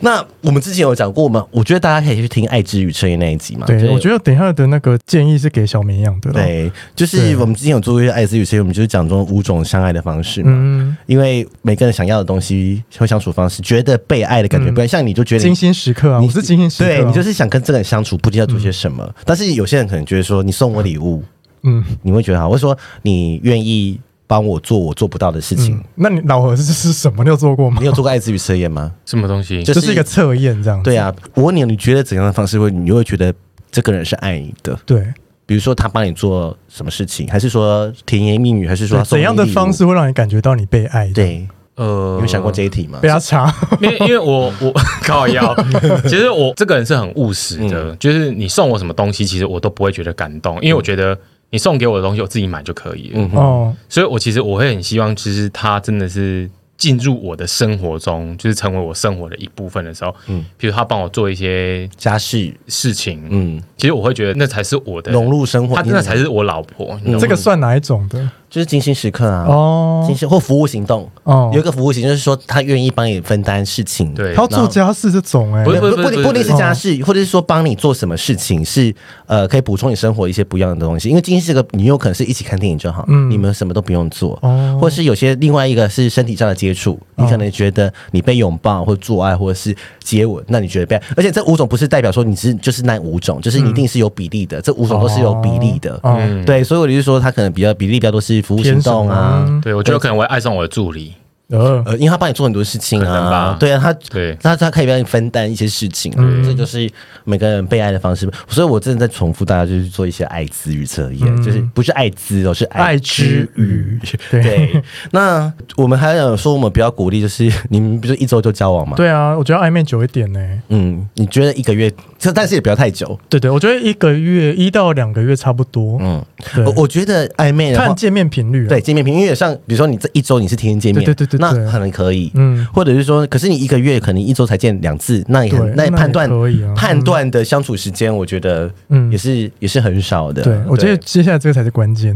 A: 那我们之前有讲过吗？我觉得大家可以去听《爱之语彻夜》那一集嘛。
B: 对，我
A: 得。
B: 觉得等一下的那个建议是给小绵羊的，，
A: 对，就是我们之前有做过一些爱之语，所以我们就是讲中五种相爱的方式嘛。
B: 嗯，
A: 因为每个人想要的东西或相处方式，觉得被爱的
B: 嗯
A: 感觉不一样。像你就觉得
B: 精
A: 你
B: 心时刻啊，我是精心时刻啊，
A: 对你就是想跟这个人相处，不知道做些什么。但是有些人可能觉得说，你送我礼物，
B: 嗯。
A: 你会觉得好，或者说你愿意帮我做我做不到的事情。
B: 嗯那你老何是是什么？你有做过吗
A: 你？有做过爱之语测验 吗？
C: 什么东西？
A: 就
B: 这是一个测验，这样子
A: 对啊，我问你，你觉得怎样的方式会你会觉得这个人是爱你的？
B: 对，
A: 比如说他帮你做什么事情，还是说甜言蜜语，还是说他送
B: 怎
A: 你
B: 样的
A: 礼物
B: 方式？会让你感觉到你被爱？，
A: 对，
C: 呃
A: 你有想过这一题吗？
B: 被他查，
C: 因为因为我我靠腰，其实
A: 嗯
C: 我这个人是很务实的，就是你送我什么东西，其实我都不会觉得感动，因为我觉得。你送给我的东西我自己买就可以了。
A: 嗯哼，
B: 哦，
C: 所以我其实我会很希望，其实他真的是进入我的生活中，就是成为我生活的一部分的时候，嗯，比如他帮我做一些
A: 家事，
C: 事情，嗯，
A: 嗯，
C: 其实我会觉得那才是我的
A: 融入生活，
C: 他真的才是我老婆，
A: 嗯
C: 你懂吗
B: 这个算哪一种的？
A: 就是精心时刻啊，
B: 哦
A: 精心或服务行动，
B: 哦
A: 有一，个服务型就是说他愿意帮你分担事情，
C: 对
B: 他要做家事这种哎、
C: 不
A: 没有。
C: 是
A: 不不
C: 不
A: 不
C: 不
A: 不一定是
B: 不
A: 家事，或者是说帮你做什么事情是呃可以补充你生活一些不一样的东西。因为今天是个你有可能是一起看电影就好，
B: 嗯
A: 你们什么都不用做，
B: 哦
A: 或是有些另外一个是身体上的接触，你可能觉得你被拥抱或做爱或者是接吻，那你觉得被爱，而且这五种不是代表说你是就是那五种，就是你一定是有比例的，这五种都是有比例的。
B: 哦
C: 嗯
A: 对，所以我就是说，他可能比较比例比较多是服务行动啊，
B: 偏什么
C: 对我觉得可能我会爱上我的助理，
B: 呃，
A: 呃，因为他帮你做很多事情
C: 可能
A: 啊
C: 吧，
A: 对啊，他
C: 对嗯
A: 他他可以帮你分担一些事情，啊这就是每个人被爱的方式。所以我真的在重复大家就是做一些爱滋语测验，就是不是爱滋哦，是爱之语。
B: 对
A: 对，那我们还有说，我们不要鼓励，就是你们不是一周就交往嘛？，
B: 对啊，我觉得暧昧久一点呢、
A: 嗯，你觉得一个月，这但是也不要太久，
B: 对对，我觉得一个月一到两个月差不多。
A: 嗯，
B: 对
A: 我我觉得暧昧的话
B: 看，见面频率、啊，
A: 对，见面频，因为像比如说你这一周你是天天见面，
B: 对对对对
A: 那
B: 对
A: 可能可以，
B: 嗯
A: 或者是说，可是你一个月可能一周才见两次，那也很
B: 对
A: 那也
B: 那
A: 判
B: 也
A: 断
B: 可以啊
A: 判断的相处时间，我觉得
B: 嗯
A: 也是也是很少的。
B: 对，我觉得接下来这个才是关键，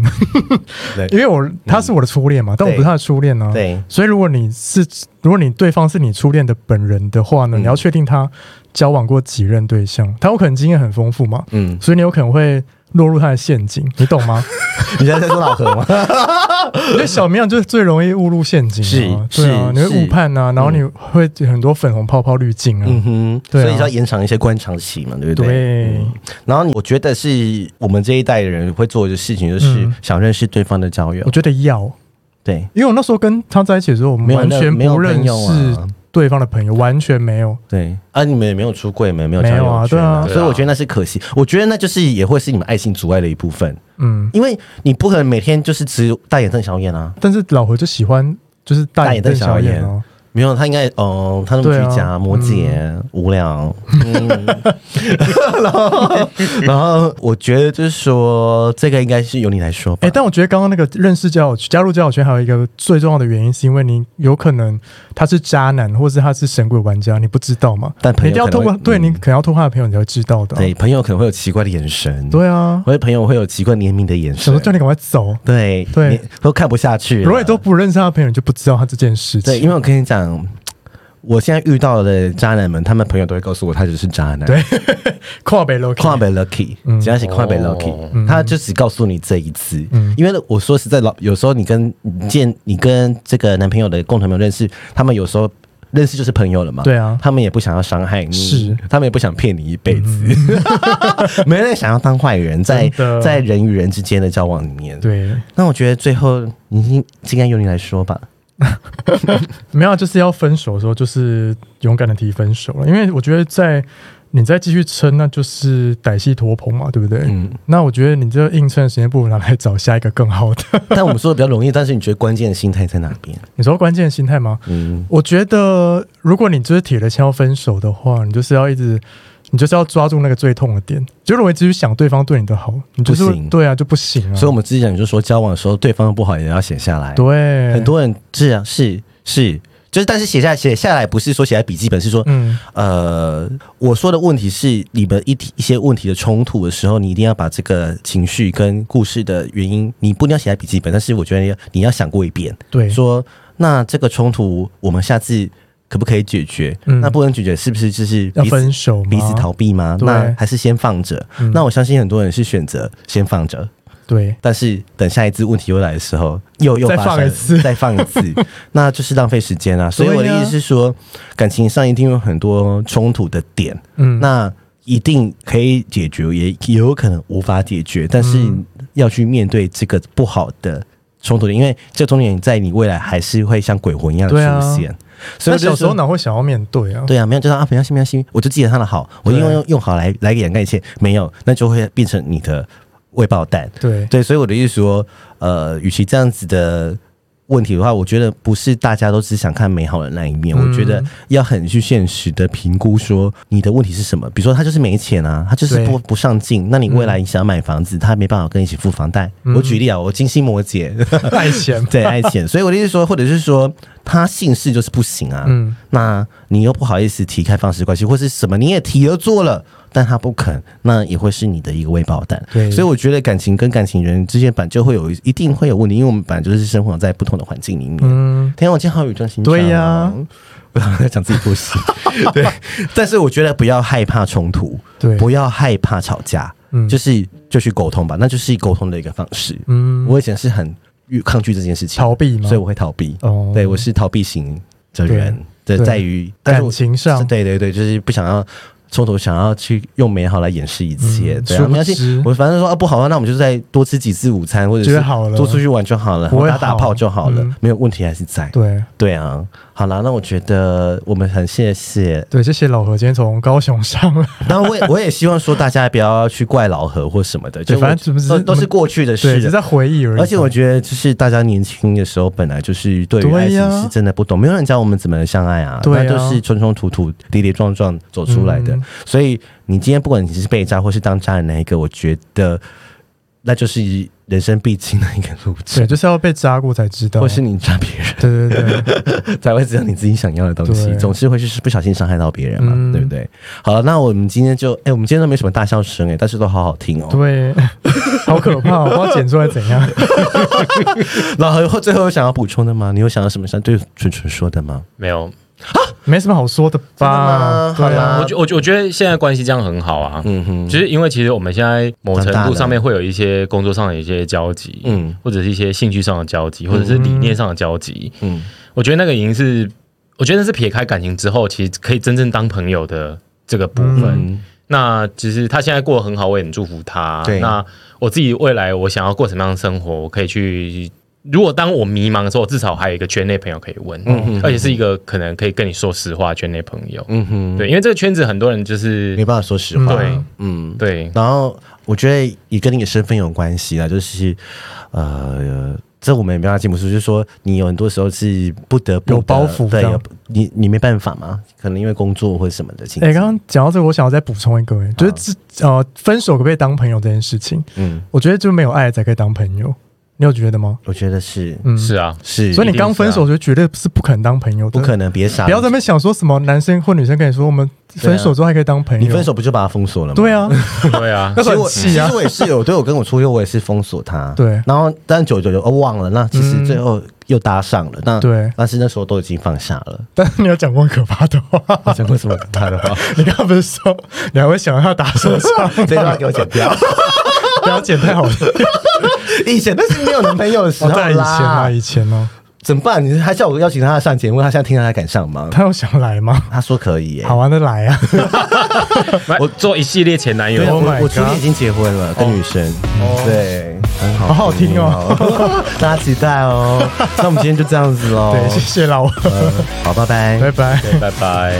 A: 对嗯
B: 因为我他是我的初恋嘛，但我不是他的初恋呢、
A: 对
B: 所以如果你是如果你对方是你初恋的本人的话呢，
A: 嗯
B: 你要确定他交往过几任对象，他有可能经验很丰富嘛，
A: 嗯，
B: 所以你有可能会落入他的陷阱，你懂 吗？
A: 你现在在 说老何吗？
B: 因为小绵羊就是最容易误入陷阱、啊，
A: 是
B: 对啊，
A: 是
B: 你会误判啊，然后你会很多粉红泡泡滤镜啊，
A: 嗯哼，
B: 对啊
A: 所以要延长一些观察期嘛，对不对？
B: 对，
A: 然后我觉得是我们这一代的人会做的事情，就是
B: 嗯
A: 想认识对方的交友
B: 我。觉得要。
A: 对，
B: 因为我那时候跟他在一起的时候，我
A: 没
B: 们
A: 有
B: 完
A: 那
B: 全
A: 没有
B: 不认
A: 朋友啊
B: 识对方的朋友，完全没有。
A: 对啊，你们也没有出柜，没有没有
B: 没有啊
A: 交友圈
B: 对
C: 啊
A: 所以我觉得那是可惜。我觉得那就是也会是你们爱情阻碍的一部分，
B: 嗯，
A: 因为你不可能每天就是只有大眼瞪小眼啊。
B: 但是老何就喜欢就是大眼瞪小眼哦，
A: 没有，他应该哦，他那么
B: 对啊
A: 居家、摩羯、无聊，嗯、 然后然后我觉得就是说，这个应该是由你来说吧。
B: 哎、但我觉得刚刚那个认识交友圈、加入交友圈，还有一个最重要的原因，是因为你有可能他是渣男，或是他是神鬼玩家，你不知道嘛？
A: 但朋
B: 你
A: 友
B: 一定要
A: 可能
B: 透
A: 会
B: 过对
A: 嗯
B: 你可能要透过他的朋友，你才会知道的、啊
A: 对，朋友可能会有奇怪的眼神，
B: 对啊，
A: 我的朋友会有奇怪怜悯的眼
B: 想
A: 神
B: 说，叫你赶快走。
A: 对
B: 对
A: 你都看不下去了，
B: 如果你都不认识他的朋友，你就不知道他这件事
A: 啊对，
B: 情。
A: 因为我跟你讲，我现在遇到的渣男们，他们朋友都会告诉我，他只是渣男。
B: 对跨北楼，
A: 跨北 lucky，只要是跨北
C: 哦
A: lucky，、他就只告诉你这一次。
B: 嗯
A: 因为我说实在，老有时候你跟你见你跟这个男朋友的共同朋友认识，他们有时候认识就是朋友了嘛。
B: 对啊
A: 他们也不想要伤害你，
B: 是嗯
A: 他们也不想骗你一辈子， 没人想要当坏人，在
B: 真的
A: 在人与人之间的交往里面。，
B: 对，
A: 那我觉得最后你应应该由你来说吧。
B: 没有啊，就是要分手的时候，就是勇敢的提分手了。因为我觉得在你再继续撑，那就是歹戏拖棚嘛，对不对？
A: 嗯
B: 那我觉得你这个硬撑的时间，不如拿来找下一个更好的。
A: 但我们说的比较容易，但是你觉得关键的心态在哪边？
B: 你说关键的心态吗？
A: 嗯，
B: 我觉得如果你就是铁了心要分手的话，你就是要一直。你就是要抓住那个最痛的点，就如果你只是想对方对你的好，你就是
A: 不行
B: 对啊，就不行啊。
A: 所以我们之前就说，交往的时候对方的不好也要写下来。
B: 对
A: 很多人是啊，是是，就是但是写下写下来不是说写在笔记本，是说、
B: 嗯，
A: 呃，我说的问题是你们一提一些问题的冲突的时候，你一定要把这个情绪跟故事的原因，你不一定要写在笔记本，但是我觉得你要你要想过一遍，
B: 对，
A: 说那这个冲突我们下次。可不可以解决？
B: 嗯
A: 那不能解决，是不是就是
B: 要
A: 彼此
B: 分手吗
A: 彼此逃避吗？
B: 对
A: 那还是先放着。
B: 嗯
A: 那我相信很多人是选择先放着，
B: 对，
A: 但是等下一次问题又来的时候，又又
B: 再
A: 发生
B: 放一 次
A: 再放一次， 那就是浪费时间啊。所以我的
B: 对啊
A: 意思是说，感情上一定有很多冲突的点，
B: 嗯，
A: 那一定可以解决，也也有可能无法解决，但是
B: 嗯
A: 要去面对这个不好的冲突点，因为这冲突点在你未来还是会像鬼魂一样出
B: 对啊
A: 现。所以
B: 那
A: 我就
B: 小时候
A: 说
B: 哪会想要面对啊？
A: 对啊，没有就是啊，没关系，没关系，我就记得他的好，我用
B: 对
A: 用用好来来掩盖一切，没有，那就会变成你的未爆弹。
B: 对
A: 对，所以我的意思说，呃，与其这样子的问题的话，我觉得不是大家都只想看美好的那一面，我觉得要很去现实的评估说你的问题是什么。比如说他就是没钱啊，他就是不
B: 对
A: 不上进，那你未来想买房子，他没办法跟你一起付房贷。我举例啊，我金星摩羯，
B: 爱钱
A: 对爱钱，所以我的意思是说，或者是说他姓氏就是不行啊，
B: 嗯
A: 那你又不好意思提开放式关系，或是什么你也提了做了，但他不肯，那也会是你的一个未爆弹。
B: 对
A: 所以我觉得感情跟感情人之间本来就会有一定会有问题，因为我们本来就是生活在不同的环境里面。
B: 嗯，
A: 天啊，我今天好有专心、
B: 对呀，
A: 我想在讲自己故事，对，但是我觉得不要害怕冲突，
B: 对，
A: 不要害怕吵架，
B: 嗯
A: 就是就去沟通吧，那就是沟通的一个方式。
B: 嗯
A: 我以前是很抗拒这件事情，
B: 逃避吗
A: 所以？我会逃避。
B: 哦
A: 对我是逃避型的人，
B: 对
A: 这
B: 对
A: 在于但是
B: 感
A: 我
B: 情上，
A: 对对对，就是不想要冲突，想要去用美好来掩饰一切。
B: 嗯
A: 对
B: 殊
A: 啊，
B: 不
A: 没关系
B: 知，
A: 我反正说啊不好啊，那我们就再多吃几次午餐，或者
B: 觉
A: 是
B: 得好了
A: 多出去玩就好了，
B: 不会
A: 打打
B: 好
A: 炮就好了
B: 嗯，
A: 没有问题还是在。
B: 对
A: 对啊，好啦，那我觉得我们很谢谢
B: 对，谢谢老何今天从高雄上来，
A: 然后我也我也希望说大家不要去怪老何或什么的，
B: 对
A: 就
B: 反正
A: 我
B: 只是
A: 都都是过去的
B: 对，
A: 事
B: 只是在回忆而已。
A: 而且我觉得，就是大家年轻的时候，本来就是对于
B: 对
A: 爱情
B: 呀
A: 是真的不懂，没有人教我们怎么相爱啊，
B: 对
A: 那
B: 啊
A: 就是冲冲突突、跌跌撞撞走出来的。
B: 嗯
A: 所以你今天不管你是被渣或是当渣的那一个，我觉得那就是人生必经的一个路
B: 对，
A: 程，
B: 就是要被扎过才知道，
A: 或是你渣别人。
B: 对对对，
A: 才会知道你自己想要的东西，
B: 对
A: 总是会是不小心伤害到别人嘛，
B: 嗯
A: 对不对？好了，那我们今天就，哎、我们今天都没什么大笑声、哎，但是都好好听 哦。
B: 对， 好可怕，我不知道剪出来怎样。
A: 老何，最后有想要补充的吗？你有想要什么想对纯纯说的吗？
C: 没有，
B: 没什么好说的吧？
A: 真的吗
B: 对
A: 好啦
B: 啊
C: 我，觉我觉我觉得现在关系这样很好啊，
A: 嗯哼，
C: 就是因为其实我们现在某程
A: 长大
C: 度
A: 了
C: 上面会有一些工作上的一些交集，
A: 嗯
C: 或者是一些兴趣上的交集，或者是理念上的交集，
A: 嗯，
C: 我觉得那个已经是，我觉得那是撇开感情之后，其实可以真正当朋友的这个部分。
A: 嗯
C: 那其实他现在过得很好，我也很祝福他。
A: 对
C: 那我自己未来我想要过什么样的生活，我可以去。如果当我迷茫的时候，我至少还有一个圈内朋友可以问，
A: 嗯
C: 而且是一个可能可以跟你说实话的圈内朋友。
A: 嗯哼，
C: 对，因为这个圈子很多人就是
A: 没办法说实话，
B: 哎
C: 对
A: 嗯。
C: 对
A: 然后我觉得也跟你的身份有关系啦，就是呃，这我们也没办法进不出，就是说你有很多时候是不得不的
B: 有包袱
A: 对，
B: 这样
A: 有你你没办法嘛，可能因为工作或者什么的情
B: 哎、
A: 况。
B: 刚刚讲到这个，我想要再补充一个、哎，就是这呃，分手可不可以当朋友这件事情，
A: 嗯，
B: 我觉得就没有爱才可以当朋友，你有觉得吗？
A: 我觉得是
B: 嗯，
C: 是啊，
A: 是，
B: 所以
C: 一定
B: 你
C: 是啊
B: 刚分手就绝对是不可能当朋友的，
A: 不可能别傻，
B: 不要在那边想说什么男生或女生跟你说我们分手之后还可以当朋友，
A: 你分手不就把他封锁了吗？
B: 对啊，
C: 对啊
B: 那，
A: 其实
B: 时候
A: 我
B: 很
A: 其
B: 气
A: 实
B: 啊，
A: 我也是有，对我跟我初恋我也是封锁他，
B: 对
A: 然后但久久就哦忘了，那其实
B: 嗯
A: 最后又搭上了，那
B: 对啊
A: 但是那时候都已经放下了。
B: 但是你有讲过很可怕的话，
A: 我讲过什么他的 话？
B: 你刚刚不是说你还会想要打手 枪，
A: 这段给我剪掉。
B: 不要剪太好听，
A: 以前那是没有男朋友的时
B: 哦
A: 候
B: 在以前啊，
A: 啦，
B: 以前哦，
A: 怎么办？你还叫我邀请他上节目，他现在听了他敢上吗？
B: 他有想来吗？
A: 他说可以耶。
B: 好玩的来啊！
C: 我做一系列前男友
A: 对，，啊我
B: Oh my
A: 我初恋
B: God 哦
A: 已经结婚了，跟女生，对，很好，
B: 好好听哦，
A: 大家期待哦。那我们今天就这样子喽，
B: 对，谢谢老王，
A: 嗯，好，拜拜，
B: 哦 拜拜。
C: 对拜拜。